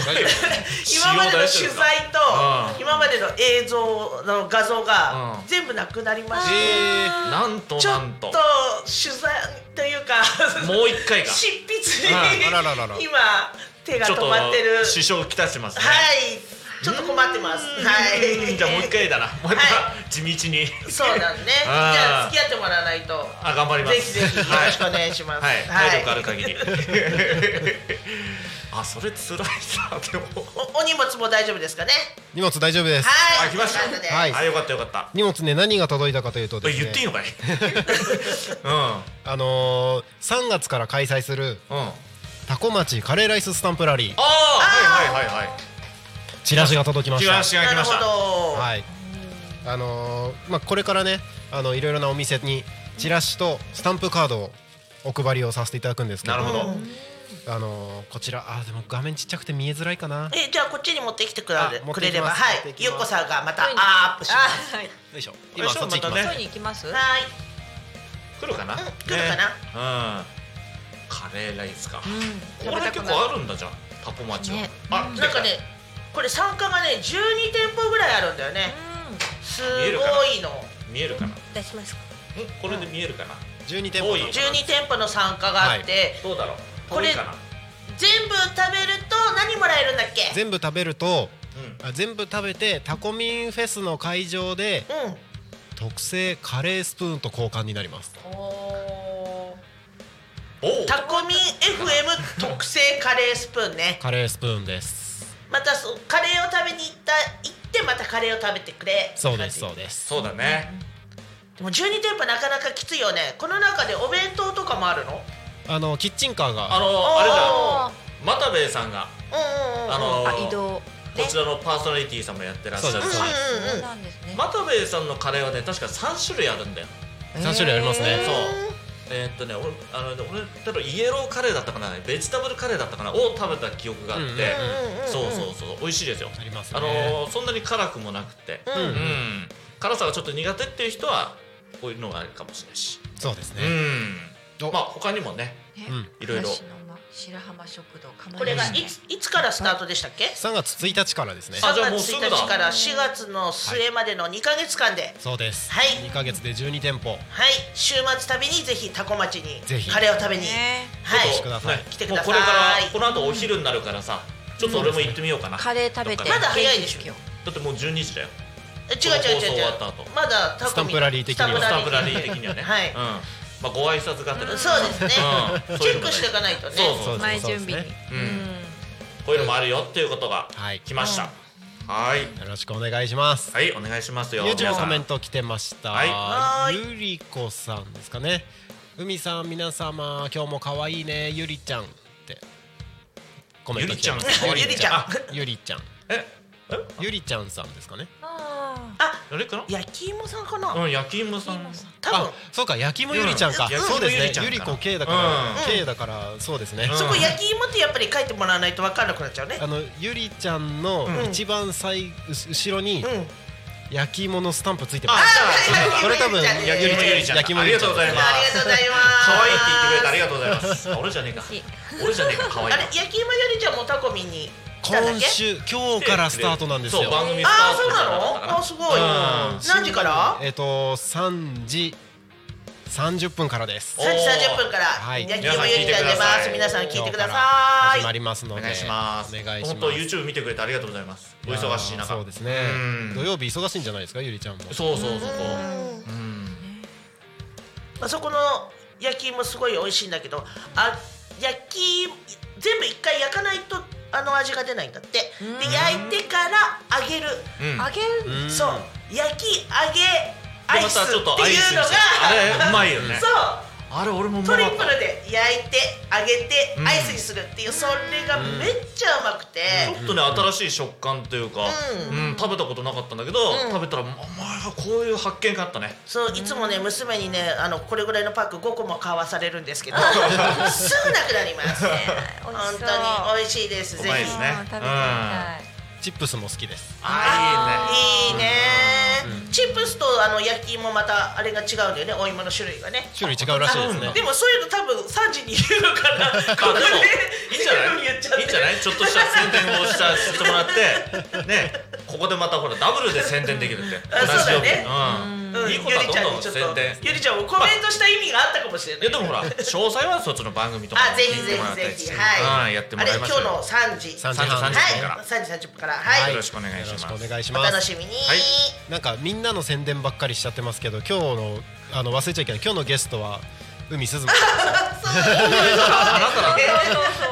今までの 取材とうん今までの映像の画像がうん全部なくなりまして、えー、なんとちょっなんとと取材というかもう 一回か執ち筆うんあららららに今手がょっと止まってる支障きたしますねはいちょっと困ってますはうんいじゃあもう一回だなまたは地道にそうなんねじ あーゃあ付き合ってもらわないとあ頑張りますぜひぜひよろしくお願いしますはい、はい体力ある限り あそれ辛いなでもおお荷物も大丈夫ですかね荷物大丈夫ですはいあ来ましたということではいあよかったよかった荷物ね何が届いたかというとでえすね言っていい のかいうあのー、3月から開催するんうんタコ町カレーライススタンプラリーああはいはいはいはいチラシが届きましチたラシがな来るましほたどはいあのーまあ、これからねあのいろいろなお店にチラシとスタンプカードをお配りをさせていただくんですけどなるほどあのーこちらあーでも画面ちっちゃくて見えづらいかなよえじゃあこっちに持ってきてくれあ持っくてれいきればますは持っていいきゆますっこさんがまたうんアップしますあはいいしょよ今いしょそっち行きます、また取りに行きますはい来るかな、うん来るかな、うんカレーライスか、うんこれ食結べたくなる構あるんだじゃんタコ町は、ねあなんかねこれ参加がね12店舗ぐらいあるんだよねすご見えるかないの見えるかな出しますかんこれで見えるかな、 12店舗多い12店舗の参加があって、どうだろうこれ遠いかな全部食べると何もらえるんだっけ全部食べるとうんあ全部食べてタコミンフェスの会場でうん特製カレースプーンと交換になりますおうタコミン FM 特製カレースプーンねカレースプーンですまたそうカレーを食べに行った行ってまたカレーを食べてくれそうですそううですそうだねでも12店舗なかなかきついよねこの中でお弁当とかもあるのあのキッチンカーあがのーあれじゃん又兵衛さんがうんうんうんあのあ移動こちらのパーソナリティさんもやってらっしゃるそうですしそうですそううなんですね又兵衛さんのカレーはね確か3種類あるんだよ3種類ありますね、そうえーっとね俺あのね俺多分イエローカレーだったかなベジタブルカレーだったかなを食べた記憶があって、うんうんうんそうそうそう美味しいですよありますねあのーそんなに辛くもなくて、うんうん辛さがちょっと苦手っていう人はこういうのがあるかもしれないし、そうですうね、んおまあ他にもねうんいろいろ東の白浜食堂釜んこれが飯いついつからスタートでしたっけ3月1日からですねあ3じゃあもう月すぐ1だ日から4月の末までの2か月間でそうです、はい2ヶ月で12店舗はい週末旅にぜひタコ町にぜひカレーを食べにねはいお越しくださいね来てくださいもうこれからこの後お昼になるからさちょっと俺も行ってみようかな、カレー食べてどっかまだ早いでしょ元気よだってもう12時だよえ違う違う違う違うこの放送終わった後まだタコミスタンプラリー的にはススタタンンププララリリーー的的ににははねね、はいうんまあご挨拶がてらそうですねうんチェックしていかないとねそうそうそう前準備にそうですうんこういうのもあるよっていうことがはい来ました、はいよろしくお願いします、はいお願いしますよ YouTube 皆のさんコメント来てました、はいはーゆりこさんですかね海さん皆様今日も可愛いねゆりちゃんってコメント来てますゆりちゃんあゆりちゃんええゆりちゃんさんですかねあ誰かな焼き芋さんかな、うん焼き芋さん多分あそうか焼きもゆりちゃんか、うん焼きもそうですゆねりちゃんゆかりこ K だから、うん K だからそうですね、うんそこ焼き芋ってやっぱり書いてもらわないと分からなくなっちゃうねあのゆりちゃんのうん一番最後ろにうん焼き芋のスタンプついてまあす、じゃあこれ多分焼き芋焼き芋ゆりちゃん焼き芋あゆりりちがとゃうんございますありがとうございます可愛いって言ってくれてありがとうございますあ俺じゃねえか俺じゃねえか可愛いあれ焼き芋ゆりちゃんもタコミンに来たんだっ今け週今日からスタートなんですそよう番組スタああーそうトなだからのあすごい、う何ん時からえっ、と3時30分からですお3時30分からはい焼き芋ゆりちゃん出ます皆皆ささんん聞いてくだ今日からさい始まりますのおで願いしますお願いし本当ます YouTube 見てくれてありがとうございますお忙しい中そうですねうん土曜日忙しいんじゃないですかゆりちゃんもそうそうそこうんあそこの焼き芋すごい美味しいんだけどあ焼き全部一回焼かないとあの味が出ないんだってで焼いてから揚げる、うんあげるうんそう焼き揚げアでイまスたってちいうょっのとがアイスにしてあれうまいよねそうあれ俺もうまトかリっプたルで焼いて揚げてうんアイスにするっていうそれがめっちゃうまくて、ちょっとね新しい食感というか、うん食べたことなかったんだけど、食べたらお前はこういう発見があったねそういつもね娘にねあのこれぐらいのパック5個も買わされるんですけ どすぐなくなりますね本美味しそう当に美味しいですぜうまいでひすあーね食べてみたい。チップスも好きですああいいいいねね、チップスとあの焼き芋またあれが違うんだよねお芋の種類がね種類違うらしいですねでもそういうの多分サンジに言うからここでいいんじゃない言っちゃっていいんじゃないちょっとした宣伝をしたしてもらってねここでまたほらダブルで宣伝できるってあそうだ同じねようにうんいいことゆはりちゃんどんにちょどんっと宣伝ゆりちゃんもコメントした意味があったかもしれないいやでもほら詳細はそっちの番組とかあもぜひ聞いてぜもひらったりぜひしてはうんいやってもらあいまれし今ょう日の3時3時三時半三で時す分からはいは3時30分からはいいよろしくお願いしますよろしくお願いしおま楽すしみにいなんかみんなの宣伝ばっかりしちゃってますけど今日のあの忘れちゃいけない今日のゲストは海 すずまさん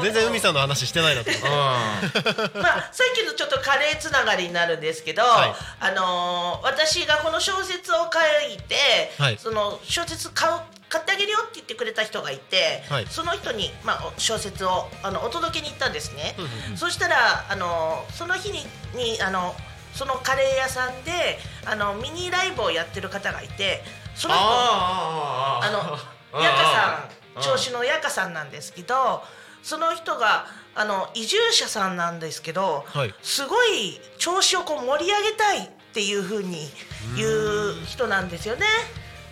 全然海さんの話してないなと思ってうまあ、さっきのちょっとカレーつながりになるんですけど、はいあのー私がこの小説を書いて、はいその小説買う買ってあげるよって言ってくれた人がいて、はいその人に、まあ、お小説をあのお届けに行ったんですね。んうんそしたら、あのーその日ににあのそのカレー屋さんであのミニライブをやってる方がいてそんの人あーあーあー あのあーヤカあさーん調子のヤカさんなんですけどその人があの移住者さんなんですけど、はいすごい調子をこう盛り上げたいっていうふうに言う人なんですよね。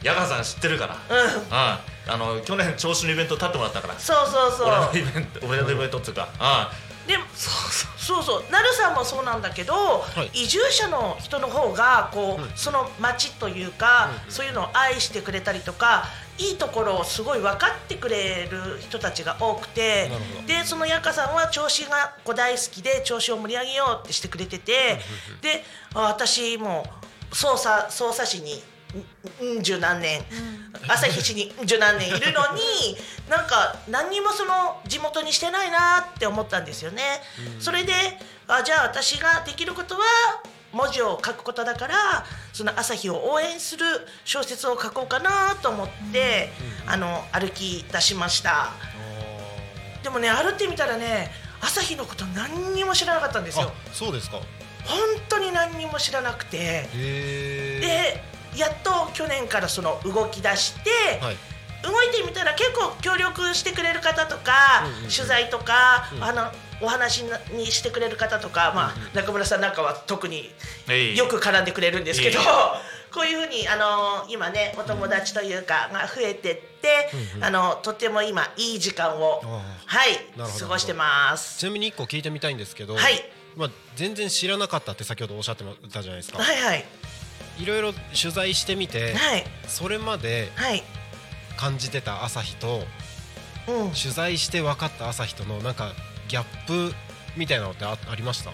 ヤガさん知ってるからうん、ああの去年調子のイベント立ってもらったからそうそうそう。俺のイベント俺のイベントっていうかあでそうそうそうなるさんもそうなんだけど、い移住者の人の方がこう、その町というか、そういうのを愛してくれたりとかいいところをすごい分かってくれる人たちが多くてなるほどでそのヤカさんは調子がこう大好きで調子を盛り上げようってしてくれててであ私も捜査捜査士に。んん十何年、朝日市に十何年いるのになんか何にもその地元にしてないなって思ったんですよね。それであじゃあ私ができることは文字を書くことだからその朝日を応援する小説を書こうかなと思って、あの歩き出しました。でもね歩いてみたらね朝日のこと何にも知らなかったんですあよ。そうですか本当に何にも知らなくて。へえでやっと去年からその動き出して、はい動いてみたら結構協力してくれる方とか、うんうんうん取材とか、うんあのお話ににしてくれる方とか、まあ、中村さんなんかは特にあえいよく絡んでくれるんですけど、いいこういうふうに、あの今ねお友達というかが増えてって、あのとても今いい時間を、あはい、なるほど過ごしてます。ちなみに一個聞いてみたいんですけど、はいまあ、全然知らなかったって先ほどおっしゃってたじゃないですかはいはいいろいろ取材してみてはいそれまではい、感じてた朝日とうん、取材して分かった朝日とのなんかギャップみたいなのってあありました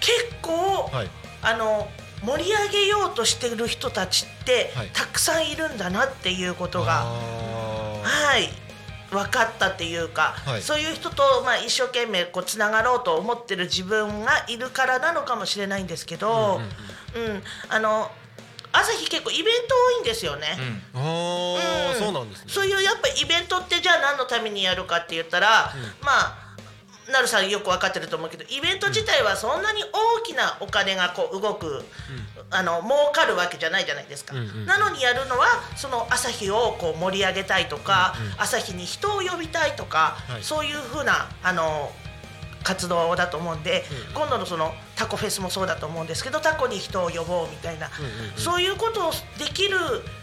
結構、はいあの盛り上げようとしてる人たちって、はいたくさんいるんだなっていうことがあーはい分かったっていうか、はいそういう人と、まあ、一生懸命こうつながろうと思ってる自分がいるからなのかもしれないんですけど、うんあの朝日結構イベント多いんですよね。うんあーうんそうなんですねそういうやっぱイベントってじゃあ何のためにやるかって言ったら、まあなるさんよく分かってると思うけどイベント自体はそんなに大きなお金がこう動く、あの儲かるわけじゃないじゃないですか、うんうんなのにやるのはその朝日をこう盛り上げたいとか、朝日に人を呼びたいとか、はいそういうふうなあの活動だと思うんで、今度のそのタコフェスもそうだと思うんですけどタコに人を呼ぼうみたいな、そういうことをできる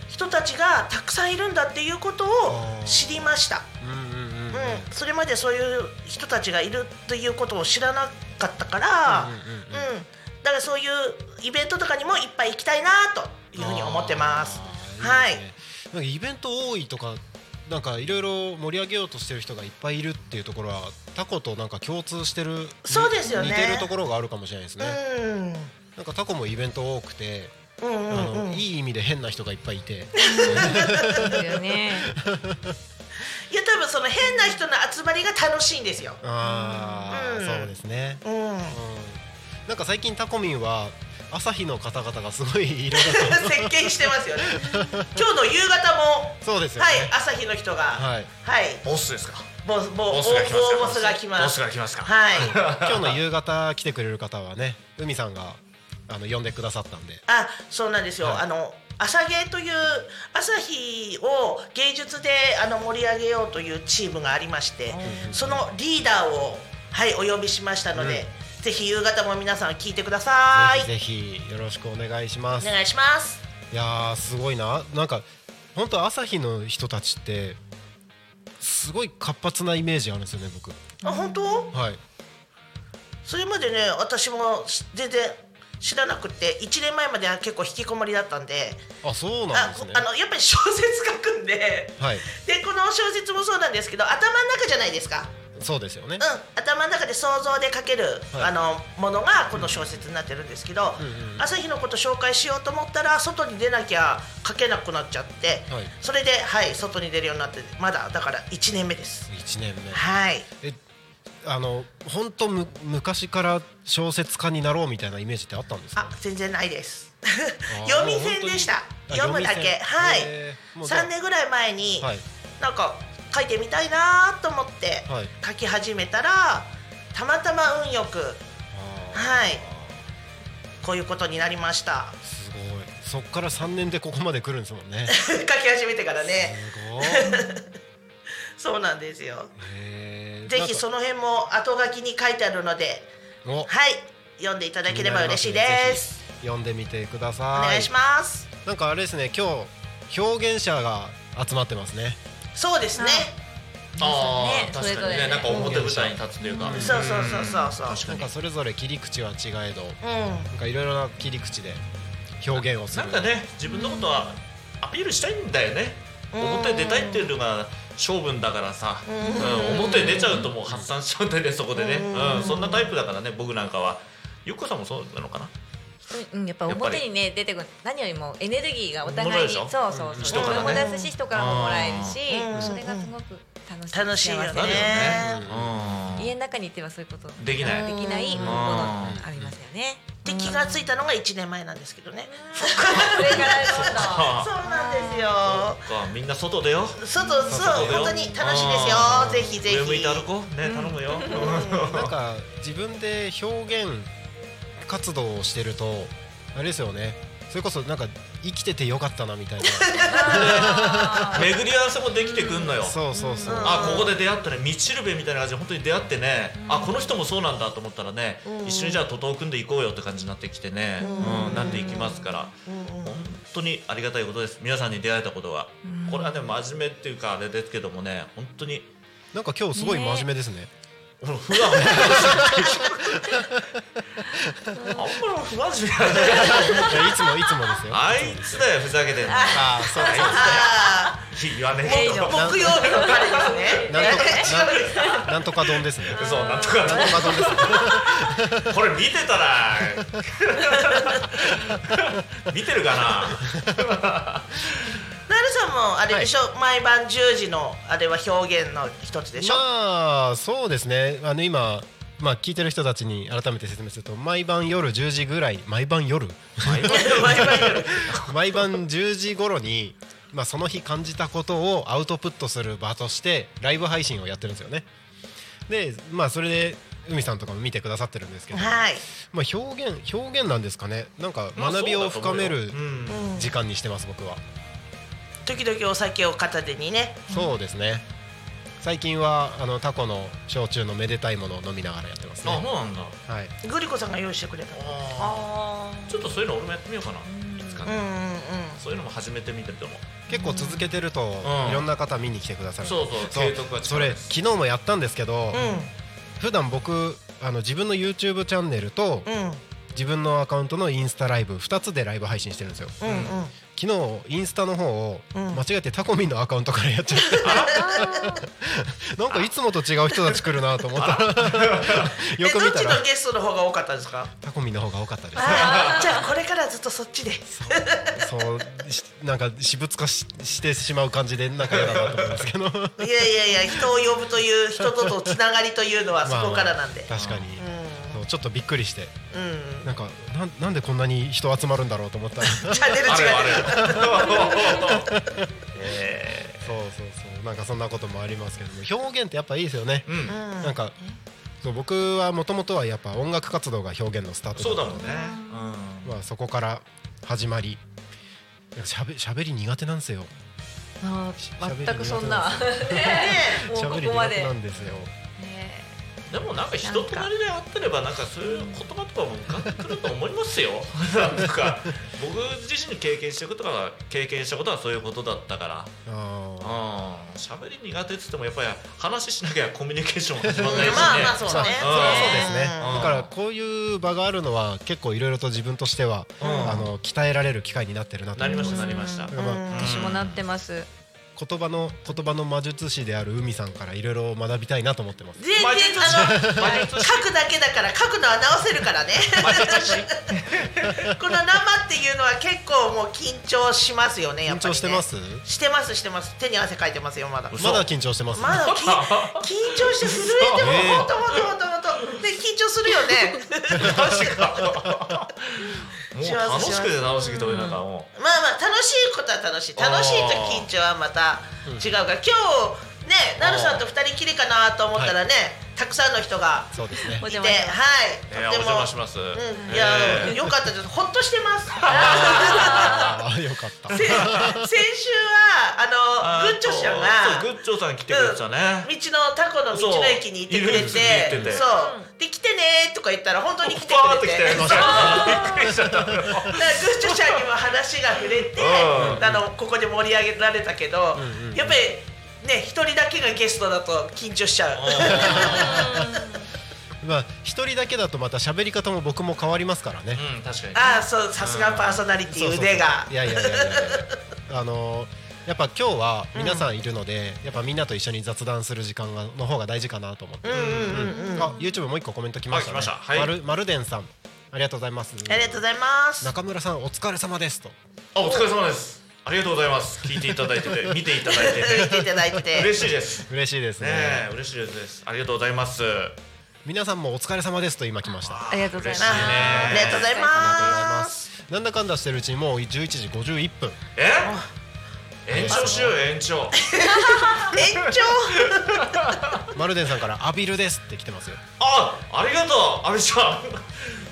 人たちがたくさんいるんだっていうことをあー知りました、うんうんうんうんうんそれまでそういう人たちがいるということを知らなかったから、うんうんだからそういうイベントとかにもいっぱい行きたいなというふうに思ってます。あーはいいですねなんかイベント多いとかなんかいろいろ盛り上げようとしてる人がいっぱいいるっていうところはタコとなんか共通してるそうですよね似てるところがあるかもしれないですね、うんなんかタコもイベント多くて、うんうあんうん、のいいい意味で変な人がいっぱいい てそうだよね。や多分その変な人の集まりが楽しいんですよ。あー、うんそうですね、 うん、うん、なんか最近タコミンは朝日の方々がすごい 色々と席巻してますよね今日の夕方もそうですよはねい朝日の人がははいいボスですかボスボボボスが来ますかボスが来ますボスが来ますかはい 今日の夕方来てくれる方はね海さんがあの呼んでくださったんであそうなんですよ、はいあの朝芸という朝日を芸術であの盛り上げようというチームがありまして、そのリーダーをはいお呼びしましたので、ぜひ夕方も皆さん聞いてくださいぜひぜひよろしくお願いしますお願いしますいやーすごいななんか本当朝日の人たちってすごい活発なイメージあるんですよね僕あ本当はいそれまでね私もし全然知らなくて1年前までは結構引きこもりだったんであそうなんあですねあのやっぱり小説書くんではいでこの小説もそうなんですけど頭の中じゃないですかそうですよねうん、頭の中で想像で書ける、はいあのものがこの小説になってるんですけど、んうん朝日のこと紹介しようと思ったら外に出なきゃ書けなくなっちゃって、はいそれで、はい、外に出るようになってまだだから1年目です。 1年目はいえあの本当む昔から小説家になろうみたいなイメージってあったんですかあ全然ないですあー読み線でしたもう本当にあ読むだ読みけ線はいへーもうじゃあ3年ぐらい前に、はいなんか書いてみたいなーと思ってはい書き始めたら、たまたま運よくあーはいこういうことになりました。 すごいそっから3年でここまで来るんですもんねす書き始めてからねごいそうなんですよへーぜひその辺も後書きに書いてあるのでおはい読んでいただければ嬉しいです気になりますねぜひ読んでみてくだおさい願いしますなんかあれですね今日表現者が集まってますねそうですねああ、ね確それかぞにれねねなんか表舞台に立つというか、そうそうそうそうそうなんかそれぞれ切り口は違えどうんなんかいろいろな切り口で表現をするなんかね自分のことはアピールしたいんだよね、表に出たいっていうのが性分だからさ、うん表に出ちゃうともう発散しちゃうんだよねそこでね、うんそんなタイプだからね僕なんかはゆっこさんもそうなのかなうん、やっぱやっぱり表にね出てくる何よりもエネルギーがお互いにもらえるでしょそうそうそ人う人かかららねも出すし人からももらえるしうんそれがすごく楽しい楽しいよね幸せなるよねね、うん家の中にいてはそういうことできないできないものがありますよねで気がついたのが1年前なんですけどねこれからそうなんですよそっかみんな外でよ外そう外でよ本当に楽しいですようんぜひぜひ上向いて歩こうね頼むよ、なんか自分で表現活動をしてるとあれですよねそれこそなんか生きててよかったなみたい な巡り合わせもできてくんのよ、そうそうそうあここで出会ったね道しるべみたいな感じで本当に出会ってね、あこの人もそうなんだと思ったらね、一緒にじゃあ徒党を組んでいこうよって感じになってきてね、うんなっていきますから、本当にありがたいことです皆さんに出会えたことが、これはね真面目っていうかあれですけどもね本当になんか今日すごい真面目ですね俺普段 あんまり不真面目やねいやいつもいつもですよ あいつだよふざけてんのあーそうですあ言わねえよー木曜日の彼ですねなんとかなんなんとか丼ですね嘘なんとなかんとか丼ですねこれ見てたら見てるかななるさんもあれでしょ、毎晩10時のあれは表現の一つでしょ、まあそうですねあの今まあ聞いてる人たちに改めて説明すると毎晩夜10時ぐらい毎晩 夜毎晩夜毎晩10時頃にまあその日感じたことをアウトプットする場としてライブ配信をやってるんですよねでまあそれで海さんとかも見てくださってるんですけど、はいまあ、表現表現なんですかねなんかまあ学びを深めそうるだと思うよ時間にしてます僕は時々お酒を片手にねそうですね最近はあのタコの焼酎のめでたいものを飲みながらやってますねあそうなんだはいグリコさんが用意してくれたちょっとそういうの俺もやってみようかないつかうんうねんうんそういうのも始めてみてると思う結構続けてると、うんいろんな方見に来てくださるそうそう継続は力それです昨日もやったんですけど、普段僕あの自分の YouTube チャンネルと、うんうん自分のアカウントのインスタライブ2つでライブ配信してるんですよ、うん昨日インスタの方をん間違えてタコミンのアカウントからやっちゃって なんかいつもと違う人たち来るなと思ったら よえくど見ったちらのゲストの方が多かったんですかタコミンの方が多かったであ ーじゃあこれからずっとそっちですそうしなんか私物化ししてしまう感じでなんか嫌だなと思うんですけどいやいやいや人を呼ぶという人とのつながりというのはそこからなんで、まあまあ確かに、そうちょっとびっくりしてうんなんかなんなんでこんなに人集まるんだろうと思 ったらそうチャンネル違うあれあれ。 えそうそうなんかそんなこともありますけども表現ってやっぱいいですよねーうん。うんなんかそう僕はもともとはやっぱ音楽活動が表現のスタートそうだもんんね。まあそこから始まりしゃべしゃべり苦手なんですよあー全くそん なねもしゃうこべりこま苦手でなんですよねうん。でもなんか人となりであってればなんかそういう言葉とかも浮かんでくると思いま すよ。なんか僕自身の経験してることが経験したことはそういうことだったから。あうーん。喋り苦手っつってもやっぱり話しなきゃコミュニケーション始まんないしね。まあまあそうねそうねそれはそうですねうんだからこういう場があるのは結構いろいろと自分としては、うんあの鍛えられる機会になってるなとな思いりましたすなりました。 だからうん私もなってます言葉の言葉の魔術師である海さんからいろいろ学びたいなと思ってます。全然魔術師あ魔の術師書くだけだから書くのは直せるからね魔術師 この生っていうのは結構もう緊張しますよねやっ緊ぱ張り、ね、してます？してますしてます手に汗かいてますよまだ嘘まだ緊張してます。まだき緊張して震えてもええほんとほんとほんとほんとで緊張するよねマジか。も幸うせ楽しくて楽しくて俺なんかもまあまあ楽しいことは楽しい楽しいと緊張はまた違うから今日ねなるさんと二人きりかなと思ったらねたくさんの人がそうですねお。いて邪は魔いしますう、とてもうえーお邪魔します。んいやえーよかったですほっとしてます ああよかった。先先週はあのグッチョちゃんがそうグッチョさん来てくれてたね、道のタコの道の駅にいてくれてそういるんですよ言っててそうで来てねーとか言ったら本当に来てくバーっれてて来てそうびっだかくりしちゃったよらグッチョちゃんにも話が触れてうんあのここで盛り上げられたけどんうんやっぱりね一人だけがゲストだと緊張しちゃうまあ一人だけだとまた喋り方も僕も変わりますからね。うん確かにああそうさすがパーソナリテそうィそうそう腕がいやいやいやいやいや。あのーやっぱ今日は皆さんいるので、やっぱみんなと一緒に雑談する時間がの方が大事かなと思って。あ YouTube もう一個コメント来ましたね。あ来ましたはいまるまるでんさんありがとうございます。ありがとうございます中村さんお疲れ様ですと。あお疲れ様ですありがとうございます聞いていただいてて 見ていただいて見ていただ いてて嬉しいです嬉しいですね。ねえ嬉しいですありがとうございます皆さんもお疲れ様ですと今来ました。ありがとうございます嬉しいねありがとうございますなんだかんだしてるうちにもう11時51分え延長しようよ延長延長マルデンさんから「アビルです」って来てますよあありがとう阿部ちゃ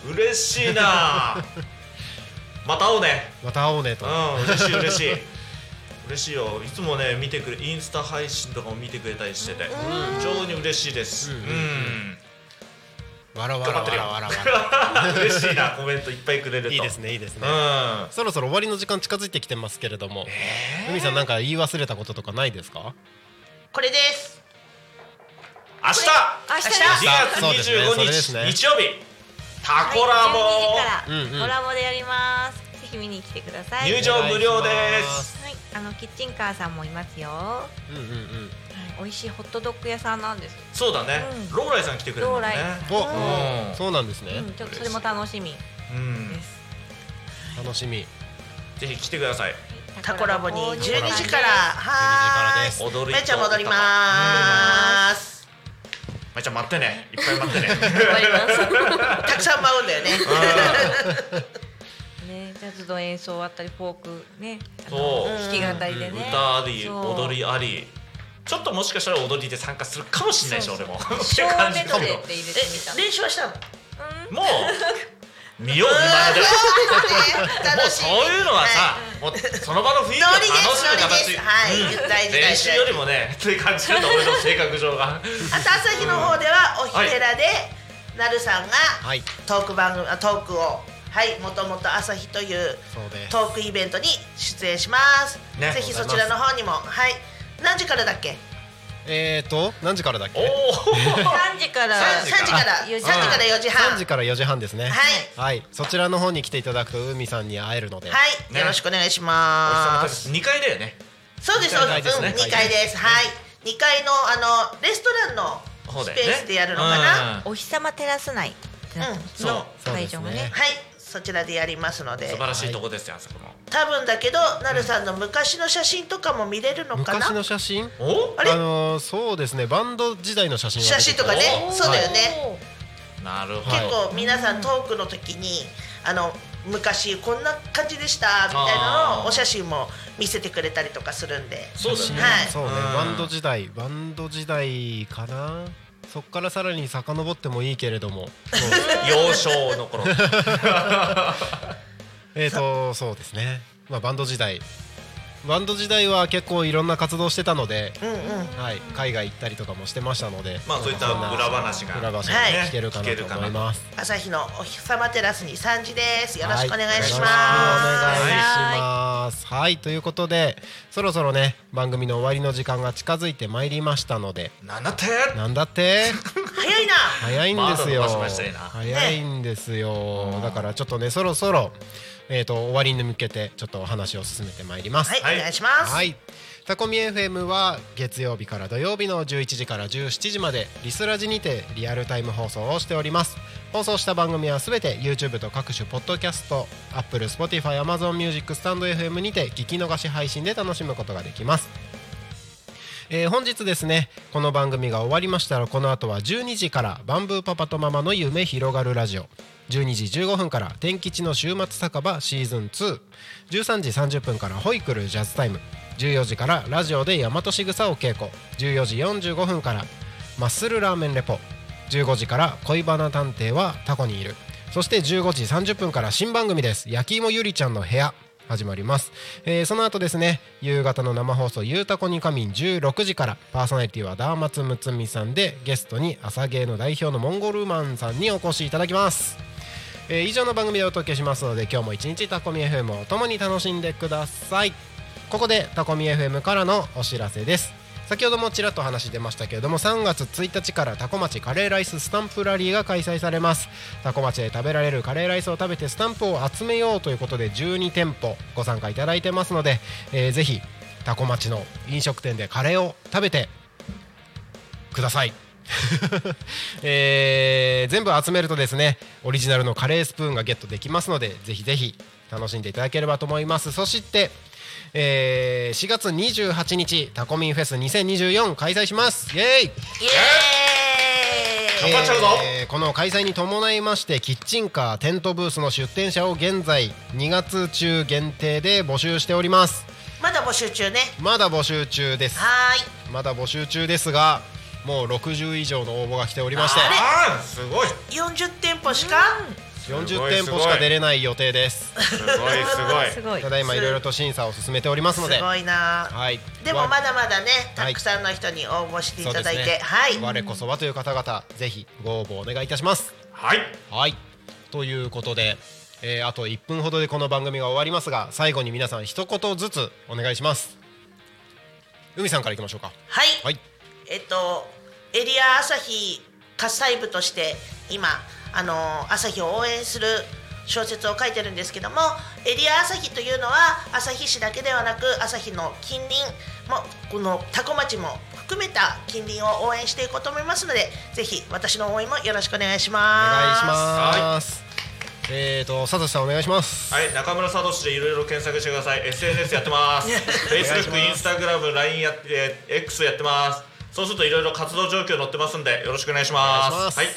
ん嬉しいなまた会おうねまた会おうねとうん嬉しい嬉しい嬉しいよいつもね見てくれインスタ配信とかも見てくれたりしてて非常に嬉しいですううんんわらわ頑ら張っわてるらよわらわ嬉しいなコメントいっぱいくれるらといいですねいいですうねんそろそろ終わりの時間近づいてきてますけれども海さんなんか言い忘れたこととかないですかこれです明日明日ですそう2です月ねそれです25ね日日曜日タコラボうんうん12時からコラボでやります、ぜひ見に来てください入場無料ですはい、あのキッチンカーさんもいますよ、はうんうんうんい、美味しいホットドッグ屋さんなんです、そうだねうんローライさん来てくれるもんねローライおうんそうなんですねうん、ちょっとそれも楽しみうんです楽しみぜひ来てくださいタコラボに12時12からはーい12時からですめっちゃ戻りますまいちゃん待ってねいっぱい待ってねたくさん舞う んだよねねジャズの演奏あったりフォークねあのそう弾き語りでね歌ありそう踊りありちょっともしかしたら踊りで参加するかもしれないし俺もってショいうー感メじドかもレーって入れてみたのえ練習 はしたのもう見よう見まねでも楽うしいそういうのはさもうその場の雰囲気をノ楽リしですノむリです形はい大事大練事習よりもねって感じるの俺の性格 上があと朝日の方ではお日寺でなるさんがはいトーク番組あトークをはいもともと朝日というそうですトークイベントに出演しますねぜひそちらの方にもはい何時からだっけえーと何時からだっおけお3時から3時から4 3時時から4時半3時から4時半ですねはいはいそちらの方に来ていただくと海さんに会えるのではい、ねよろしくお願いします。 2階だよねそうです、そう二階でで、すすうん、ね二階です。はい、二階のあのレストランの方スだペよーねスでやるのかな。うんお日様照らすないってなってますそうそうで会すね場がねはい、そちらでやりますの素で晴。らしいとこですよあそこも多分だけど、なるさんの昔の写真とかも見れるのか昔なの。写真おあれのーそうですねバンド時代の写真が写出てきた真とかね、おそうだよね。なるほどはい結構皆さんトークの時にあの昔こんな感じでしたみたいなのあをーお写真も見せてくれたりとかするんでそうだよねはいそうね、うんバンド時代バンド時代かなそっからさらに遡ってもいいけれど も幼少の頃えーとそうですね、まあ、バンド時代バンド時代は結構いろんな活動してたので、うんうんはい、海外行ったりとかもしてましたのでまあそういったそんな裏話が裏話がはい聞けるかなと思います、朝日のお日様テラスに3時ですよろしくお願いしまはい、す、お願いしますはいということでそろそろね番組の終わりの時間が近づいてまいりましたので七点なんだって早いな早いんですよ。まだ伸ばしましたよな早いんですよ、ねだからちょっとねそろそろえっ、と終わりに向けてちょっとお話を進めてまいります。はい、はいお願いします、はい。タコミ FM は月曜日から土曜日の11時から17時までリスラジにてリアルタイム放送をしております放送した番組はすべて YouTube と各種ポッドキャスト Apple、Spotify、AmazonMusic、StandFM にて聞き逃し配信で楽しむことができますえー本日ですねこの番組が終わりましたらこの後は12時からバンブーパパとママの夢広がるラジオ12時15分から天吉の週末酒場シーズン213時30分からホイクルジャズタイム14時からラジオで大和しぐさを稽古14時45分からマッスルラーメンレポ15時から恋バナ探偵はタコにいるそして15時30分から新番組です焼き芋ゆりちゃんの部屋始まります、えーその後ですね夕方の生放送「ゆうたこにかみん」16時からパーソナリティはダーマツムツミさんでゲストに朝芸の代表のモンゴルマンさんにお越しいただきます、えー以上の番組でお届けしますので今日も一日タコミ FM を共に楽しんでくださいここでタコミ FM からのお知らせです先ほどもちらっと話出ましたけれども3月1日からタコ町カレーライススタンプラリーが開催されますタコ町で食べられるカレーライスを食べてスタンプを集めようということで12店舗ご参加いただいてますので、えーぜひタコ町の飲食店でカレーを食べてください えー全部集めるとですねオリジナルのカレースプーンがゲットできますのでぜひぜひ楽しんでいただければと思いますそして、えー4月28日タコミンフェス2024開催しますイエーイイエーイ頑張っちゃうぞえーこの開催に伴いましてキッチンカーテントブースの出店者を現在2月中限定で募集しておりますまだ募集中ねまだ募集中ですはーいまだ募集中ですがもう60以上の応募が来ておりましてあーすごいす40店舗しか、 40店舗しか出れない予定ですごいすす ごいごいただいまいろいろと審査を進めておりますのですごいなはいでもわまだまだねはいたくさんの人に応募していそうでたすだいて、ねはい我こそはという方々ぜひご応募お願いいたしますはいはいということで、えーあと1分ほどでこの番組が終わりますが最後に皆さん一言ずつお願いします海さんからいきましょうかはい、はいえっとエリア朝日喝采部として今あの朝日を応援する小説を書いてるんですけどもエリア朝日というのは朝日市だけではなく朝日の近隣もこの多古町も含めた近隣を応援していこうと思いますのでぜひ私の応援もよろしくお願いしおます。願いしますえーと佐藤さんお願いしますはい中村聡でいろいろ検索してください SNS やってます Facebook インスタグラム LINE やってえー X やってますそうするといろいろ活動状況載ってますんでよろしくお願いしお願まいすしますはい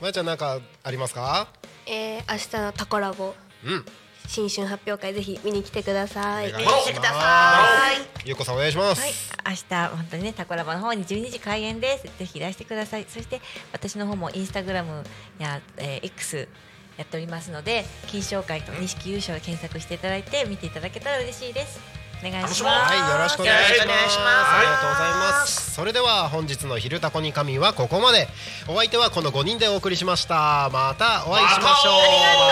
まやちゃんなんかありますかえー、明日のタコラボうん新春発表会ぜひ見に来てくださいお願見いに来てください。ゆうこさんお願いします、はい、明日本当にねタコラボの方に12時開演です。ぜひいらしてください。そして私の方もインスタグラムや、えー X やっておりますので、金賞会と錦優勝を検索していただいて見ていただけたら嬉しいです。お願いします。はい、よろしくお願いします。よろしくお願いしますありがとうございます。それでは本日の昼タコに神はここまで。お相手はこの5人でお送りしました。またお会いしましょう。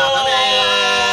またまたねー